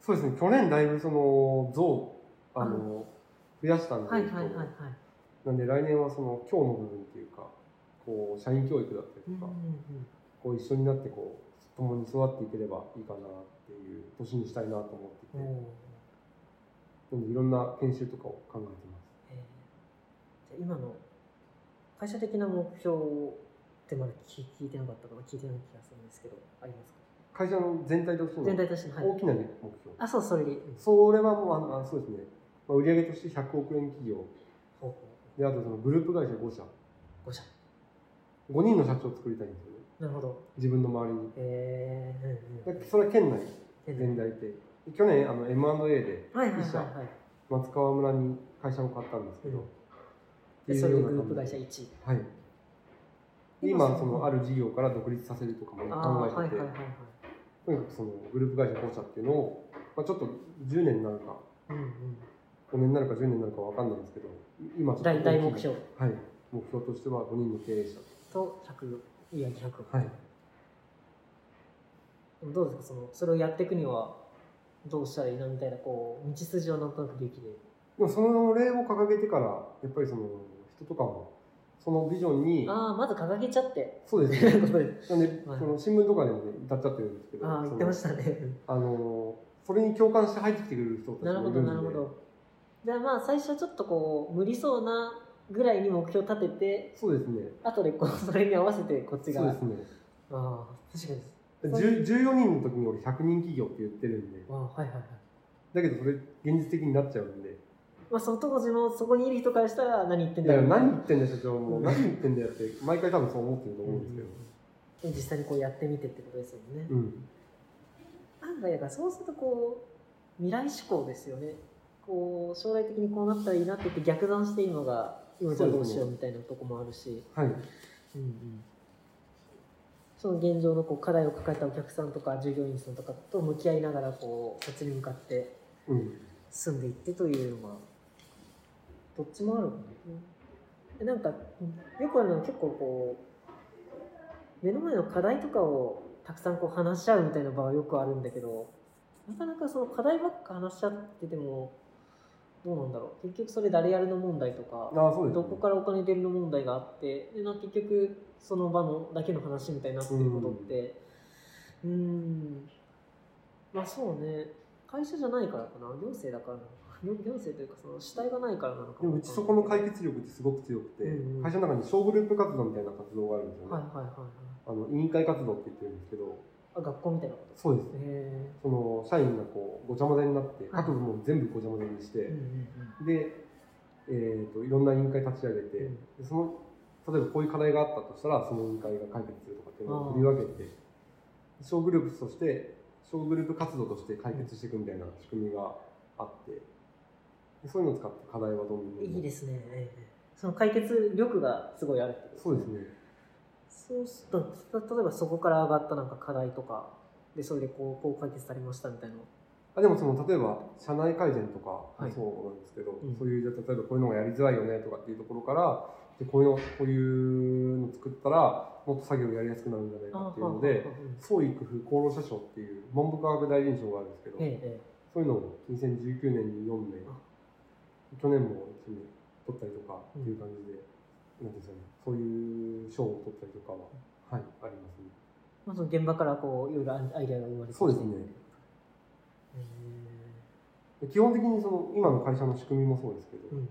S2: そうですね去年だいぶその像をあの増やしたんで、
S1: はいはいはいはい
S2: なんで来年はその今日の部分っていうかこう社員教育だったりとか、こう一緒になってこう共に育っていければいいかなっていう年にしたいなと思っていて、
S1: うんうんうんおー
S2: なんでいろんな研修とかを考えてます
S1: えーじゃあ今の会社的な目標ってまだ聞聞いてなかったから聞いてない気がするんですけどありますか
S2: 会社の全体としての
S1: 全体としてのはい
S2: 大きな、ね、目標
S1: あそうそれでいいうん
S2: それはもうあのあそうですね、まあ、売上として100億円企業
S1: ほうほ
S2: であとそのグループ会社5社
S1: う5社
S2: 5人の社長を作りたいんですよね
S1: なるほど
S2: 自分の周りに
S1: えーうんうん
S2: でそれは県内
S1: 全
S2: 全体でで去年あの M&A で
S1: はいはいはい
S2: 一社
S1: はい
S2: 松川村に会社を買ったんですけど、
S1: うん
S2: って
S1: で
S2: いう
S1: それで
S2: よう
S1: グ
S2: な
S1: ル
S2: 感
S1: ー
S2: じ
S1: プ会社1位
S2: はいで今
S1: 今
S2: そのある事業から独立させるとかも
S1: ああ
S2: 考
S1: は
S2: え
S1: いはい
S2: てて、
S1: はいはい
S2: とにかくそのグループ会社5社っていうのを、まあ、ちょっと10年になるか
S1: うんうん
S2: 5年になるか10年になるかわかんないんですけど今ちょっと
S1: 大
S2: 大きな
S1: 大目標
S2: はい、目標としては5人の経営者
S1: と100いや200
S2: はい
S1: でもどうですかそのそれをやっていくにはどうしたらいいのみたいなこう道筋をなんとなくできる
S2: でもその例を掲げてからやっぱりその人とかもそのビジョンに
S1: ああまず掲げちゃって
S2: そうです
S1: とい
S2: ね
S1: うことで
S2: なんで、
S1: はい
S2: その新聞とかでもね歌っちゃってるんですけど
S1: ああ言ってましたね
S2: そのあのそれに共感して入ってきてくれる人た
S1: な
S2: ち
S1: る
S2: も
S1: ほ
S2: いる
S1: ど
S2: んで
S1: なるほどじゃあまあ最初ちょっとこう無理そうなぐらいに目標立てて
S2: そうですね
S1: 後でこうそれに合わせてこっちが
S2: そうですね
S1: ああ確かに
S2: 10 14人の時に俺100人企業って言ってるんで
S1: ああはいはいはい
S2: だけどそれ現実的になっちゃうんで
S1: まあ、その当時のそこにいる人からしたら何言ってんだ
S2: だ
S1: ろ
S2: か
S1: う
S2: ら
S1: な
S2: 何言ってんだよ社長も
S1: う
S2: うん何言ってんだよって毎回多分そう思ってると思うんですけ
S1: 実
S2: ど、
S1: 際にこうやってみてってことですよね、
S2: うん、
S1: 案外だからそうするとこう未来志向ですよねこう将来的にこうなったらいいなって言って逆算して今が今じゃどうしようみたいなとこもあるし、
S2: はい
S1: うんうんその現状のこう課題を抱えたお客さんとか従業員さんとかと向き合いながらこうそっちに向かって
S2: うん
S1: 進んでいってというのはどっちもあるもんねでなんかよくあるのは結構こう目の前の課題とかをたくさんこう話し合うみたいな場はよくあるんだけどなかなかその課題ばっか話し合っててもどうなんだろう結局それ誰やるの問題とか
S2: ああそうです、
S1: どこからお金出るの問題があってでな結局その場のだけの話みたいになってることってうーんまあそうね会社じゃないからかな行政だからな行行政というかその主体がないからなのか
S2: で
S1: も
S2: もうちそこの解決力ってすごく強くて、
S1: うんうん
S2: 会社の中に小グループ活動みたいな活動があるんですよね、
S1: はいはいはいはい
S2: あの委員会活動って言ってるんですけど
S1: あ学校みたいなこと
S2: そうですね
S1: へえ
S2: その社員がこうごちゃ混ぜになって
S1: はい
S2: 各部門全部ごちゃ混ぜにして、
S1: うんうん
S2: で、えー、といろんな委員会立ち上げて、
S1: うん
S2: でその例えばこういう課題があったとしたらその委員会が解決するとかっていうのを振り分けて小グループとして小グループ活動として解決していくみたいな仕組みがあってでそういうのを使って課題はどんどんどんど
S1: うんんいいですねええその解決力がすごいあるってこと
S2: そうですね
S1: そうするとた例えばそこから上がったなんか課題とかでそれでこうこう解決されましたみたいな
S2: あでもその例えば社内改善とかも
S1: はい
S2: そうなんですけど、
S1: うん
S2: そういう例えばこういうのがやりづらいよねとかっていうところからでこういうのこういうの作ったらもっと作業やりやすくなるんじゃないかっていうので。
S1: あはあはあうん
S2: 創意工夫厚労者賞っていう文部科学大臣賞があるんですけど、
S1: ええええ
S2: そういうのを2019年に4名
S1: あ
S2: 去年も1名取ったりとかっていう感じで、なんていうんですかねそういう賞を取ったりとかは、はいありますね
S1: まあ、その現場からこういろいろアイデアが生まれてきて
S2: そうですね
S1: へ
S2: で基本的にその今の会社の仕組みもそうですけど、
S1: ーうん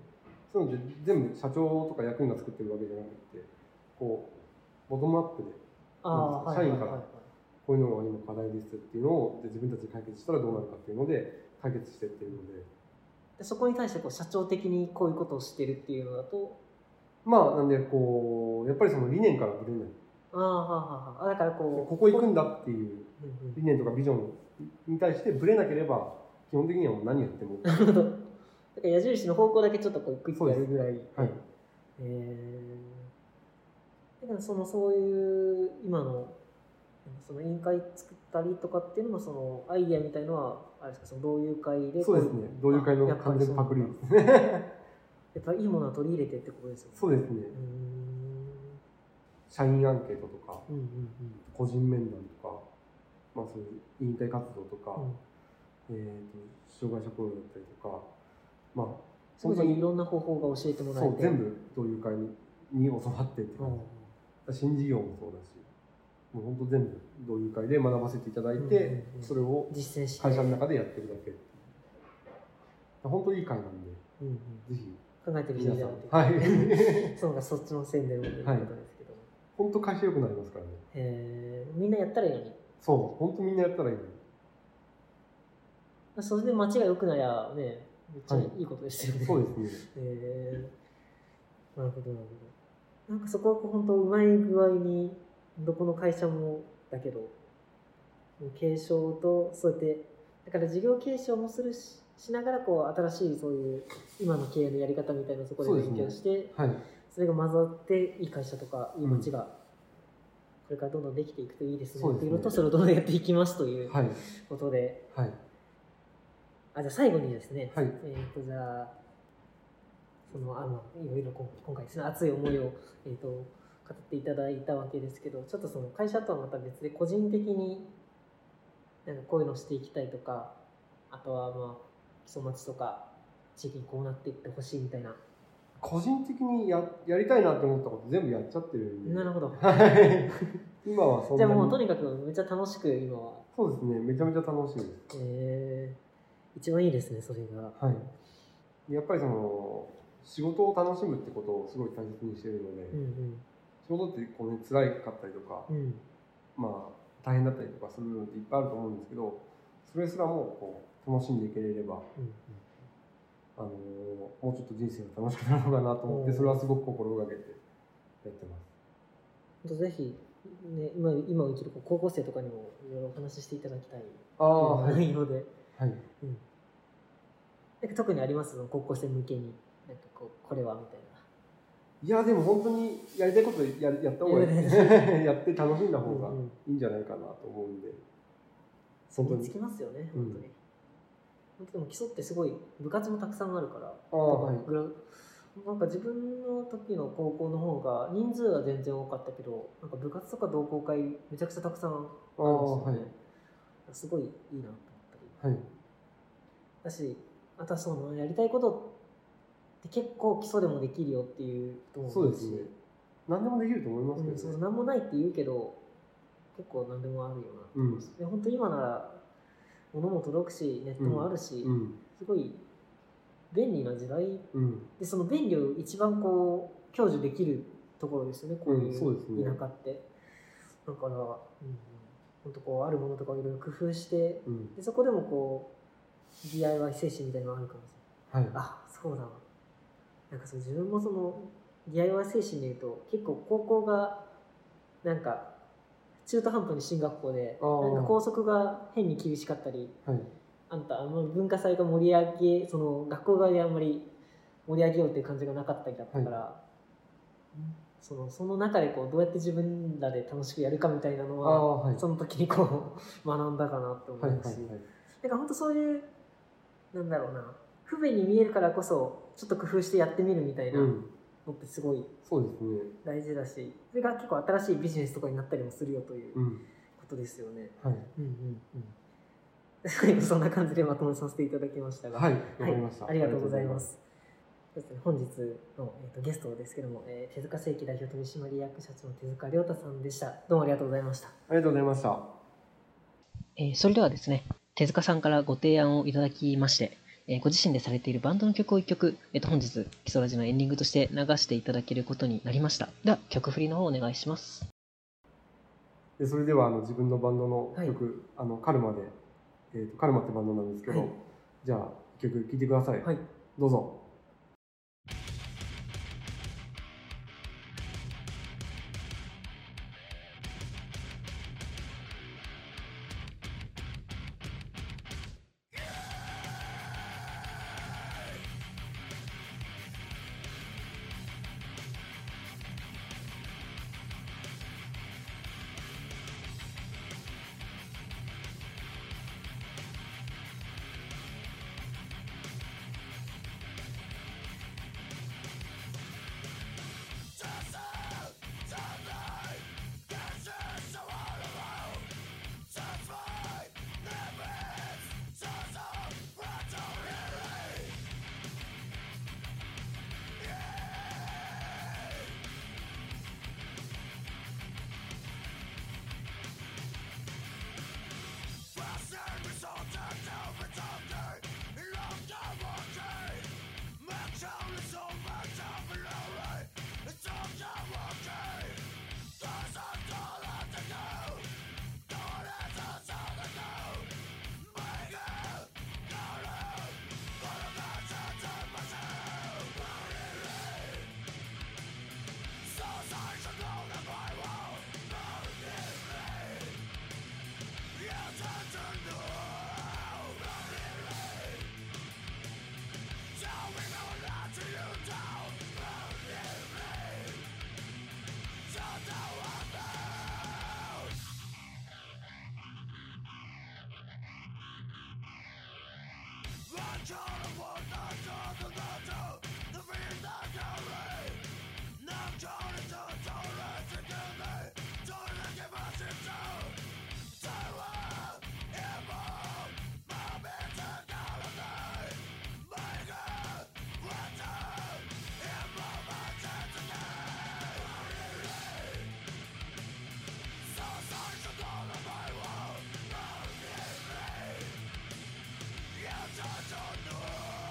S2: そういうのって全部社長とか役員が作ってるわけじゃなくてこうボトムアップで
S1: ああはい
S2: 社員
S1: はい
S2: か
S1: は
S2: ら
S1: いはい
S2: こういうのが今課題ですっていうのをで自分たちで解決したらどうなるかっていうので解決してっていうので
S1: でそこに対してこう社長的にこういうことをしてるっていうのだと
S2: まあなんでこうやっぱりその理念からぶれない
S1: ああはあはあだからこう
S2: ここ行くんだっていう
S1: うんうん
S2: 理念とかビジョンに対してぶれなければ基本的にはもう何やっても
S1: なるほどだから矢印の方向だけちょっとこうクイッとやるぐらいへ
S2: はい
S1: えだからそのそういう今のその委員会作ったりとかっていうのもそのアイディアみたいのはあれですかその同友会で
S2: そうですね同友会の完全パクリ
S1: やっ
S2: ですね
S1: やっぱいいものは取り入れてってことですよね
S2: そうですね
S1: うーん
S2: 社員アンケートとか
S1: うんうん
S2: 個人面談とか、まあ、そういう委員会活動とか、
S1: うんうん
S2: えー、と障害者雇用だったりとかまあ
S1: すご
S2: 本
S1: い
S2: 当に
S1: いろんな方法が教えてもらえ
S2: そう
S1: て
S2: 全部同友会にに教わってって
S1: う
S2: 感
S1: ん
S2: じ新事業もそうだしもう本当全部同友会で学ばせていただいて、
S1: うんうんうん
S2: それを
S1: 実践して
S2: 会社の中でやってるだけ本当いい会なんで
S1: うんうん
S2: ぜひ
S1: 考えてる人
S2: 皆
S1: じ
S2: さ
S1: ゃな
S2: ん
S1: くて
S2: は い
S1: そうかそっちの宣伝をということですけど、
S2: 本当会社良くなりますからね
S1: えーみんなやったらいいのに
S2: そう本当みんなやったらいいのに
S1: それで街が良くなりゃねめっちゃいいことですよね、
S2: そうですね
S1: えーなるほどなるほどなんかそこはこう本当うまい具合にどこの会社もだけど継承とそうやってだから事業継承もするししながらこう新しいそういう今の経営のやり方みたいなのをそこで
S2: そうです
S1: 勉
S2: ね
S1: 強してそ,、
S2: はい
S1: れが混ざっていい会社とかいい街
S2: うん
S1: が、これからどんどんできていくといいですね
S2: そう
S1: っ
S2: です
S1: てい
S2: ね
S1: うのとそれをどんどんやっていきますという
S2: はい
S1: ことで、
S2: はい
S1: あじゃあ最後にですね、
S2: はい
S1: えー、とじゃあそのあのいろいろこう今回ですね熱い思いを、えー、と語っていただいたわけですけどちょっとその会社とはまた別で個人的になんかこういうのしていきたいとかあとはまあ基礎町とか地域にこうなっていってほしいみたいな、
S2: 個人的にややりたいなって思ったこと全部やっちゃってるんで
S1: なるほど
S2: はい今はそん
S1: じ
S2: な
S1: ゃあもうと
S2: に
S1: にかくめっちゃ楽しく今は、
S2: そうですねめちゃめちゃ楽しいです
S1: えー、一番いいですねそれが。
S2: はいやっぱりその仕事を楽しむってことをすごい大切にしてるので、
S1: うん
S2: 仕事ってこう、ね、辛かったりとか
S1: うんうん
S2: まあ、大変だったりとかする部分っていっぱいあると思うんですけどそれすらもこう楽しんでいければ
S1: うん
S2: ああのもうちょっと人生が楽しくなるのかなと思って、
S1: うん
S2: それはすごく心がけてやってます。
S1: 本当ぜひ、ね、今今を生きる高校生とかにもいろいろお話ししていただきたい
S2: ああ、はい。
S1: 内容で、
S2: はい
S1: なんか特にありますその高校生向けになんかこうこれはみたい
S2: いや、でも本当にやりたいことややった方がい
S1: やり
S2: い。 やって楽しんだ
S1: な、
S2: 方が
S1: うんうん
S2: いいんじゃないかなと思うんで。本当
S1: 身につ
S2: に。
S1: きますよね
S2: うん
S1: 本当に、本当でも基礎ってすごい部活もたくさんあるから
S2: ああ、はい。
S1: グラなんか自分の時の高校の方が人数は全然多かったけどなんか部活とか同好会めちゃくちゃたくさんあるんで
S2: ああ、
S1: すよ
S2: はい
S1: ね。すごいいいなと思ったり
S2: はい。
S1: だしあとはそのやりたいことって結構基礎でもできるよっていうことも
S2: そう
S1: 思
S2: で
S1: うし
S2: すね。何でもできると思います
S1: うん、
S2: け
S1: そ
S2: ど
S1: う
S2: ね。
S1: 何もないって言うけど結構何でもあるよな
S2: うん。
S1: で本当今なら物も届くしネットもあるし、
S2: うん。
S1: すごい便利な時代
S2: うん。
S1: でその便利を一番こう享受できるところですよねこうい
S2: うん
S1: う
S2: そうですね
S1: 田舎って、だから、うん、本当こうあるものとかいろいろ工夫して
S2: うん。
S1: でそこでもこう DIY 精神みたいなのがあるかもしれない
S2: はい。
S1: あそうだわなんかそう自分もその DIY 精神でいうと結構高校がなんか中途半端に進学校で
S2: あー
S1: なんか校則が変に厳しかったり
S2: はい。
S1: あんたあんま文化祭が盛り上げその学校側であんまり盛り上げようっていう感じがなかったりだったから、そのその中でこうどうやって自分らで楽しくやるかみたいなの
S2: あ
S1: は
S2: あ、はい。
S1: その時にこう学んだかなって思
S2: はい。は
S1: う
S2: い。
S1: し、
S2: はい。
S1: なんか本当そういう、なんだろうな、不便に見えるからこそ、ちょっと工夫してやってみるみたいな
S2: う
S1: の
S2: ん。
S1: ってすごい
S2: そうですね。
S1: 大事だし、それが結構新しいビジネスとかになったりもするよという
S2: うん。
S1: ことですよね。
S2: はい。
S1: うんうんうん。 最後そんな感じでまとめさせていただきましたが、
S2: はい。わかりました。
S1: ありがとうございます。そうですね本日の、えー、とゲストですけども、えー手塚正規代表取締役社長の手塚亮太さんでした。どうもありがとうございました。
S2: ありがとうございました。
S1: えーそれではですね、手塚さんからご提案をいただきまして、えーご自身でされているバンドの曲を1曲、えっと本日、基礎ラジのエンディングとして流していただけることになりました。では、曲振りの方お願いします。
S2: でそれではあの自分のバンドの
S1: はい
S2: 曲、あのカルマで、えーとカルマってバンドなんですけど、
S1: はい
S2: じゃあ一曲聴いてください、
S1: はい
S2: どうぞ
S3: 「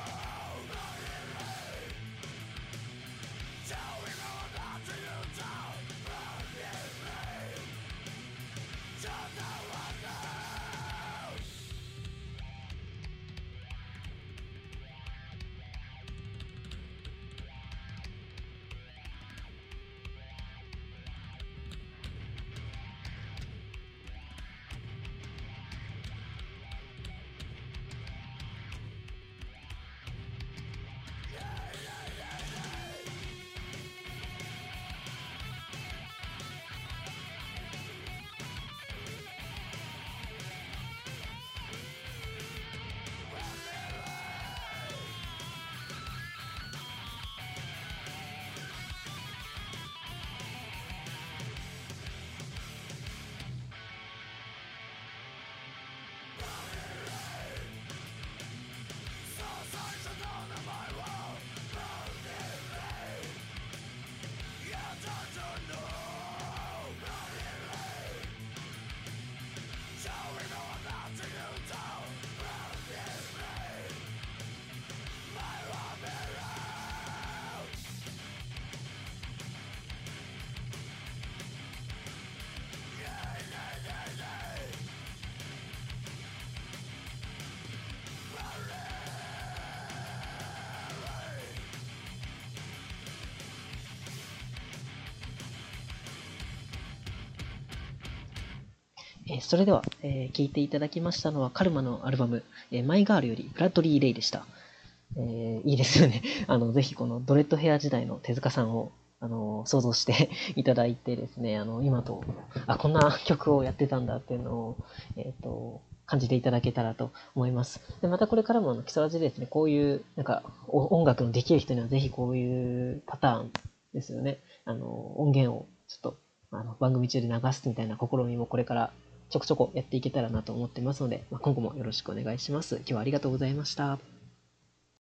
S1: えーそれでは、えー聞いていただきましたのは、カルマのアルバム、えーマイガールよりブラッドリー・レイでした。えーいいですよね。 あの、ぜひこのドレッドヘア時代の手塚さんを、あの、想像して いただいてですね、あの、今と、あ、こんな曲をやってたんだっていうのを、えっ、と、感じていただけたらと思います。で、またこれからも、あの、木更津でですね、こういう、なんか、お音楽のできる人にはぜひこういうパターンですよね。あの、音源をちょっと、あの、番組中で流すみたいな試みもこれからちょこちょこやっていけたらなと思ってますので、まあ、今後もよろしくお願いします。今日はありがとうございました。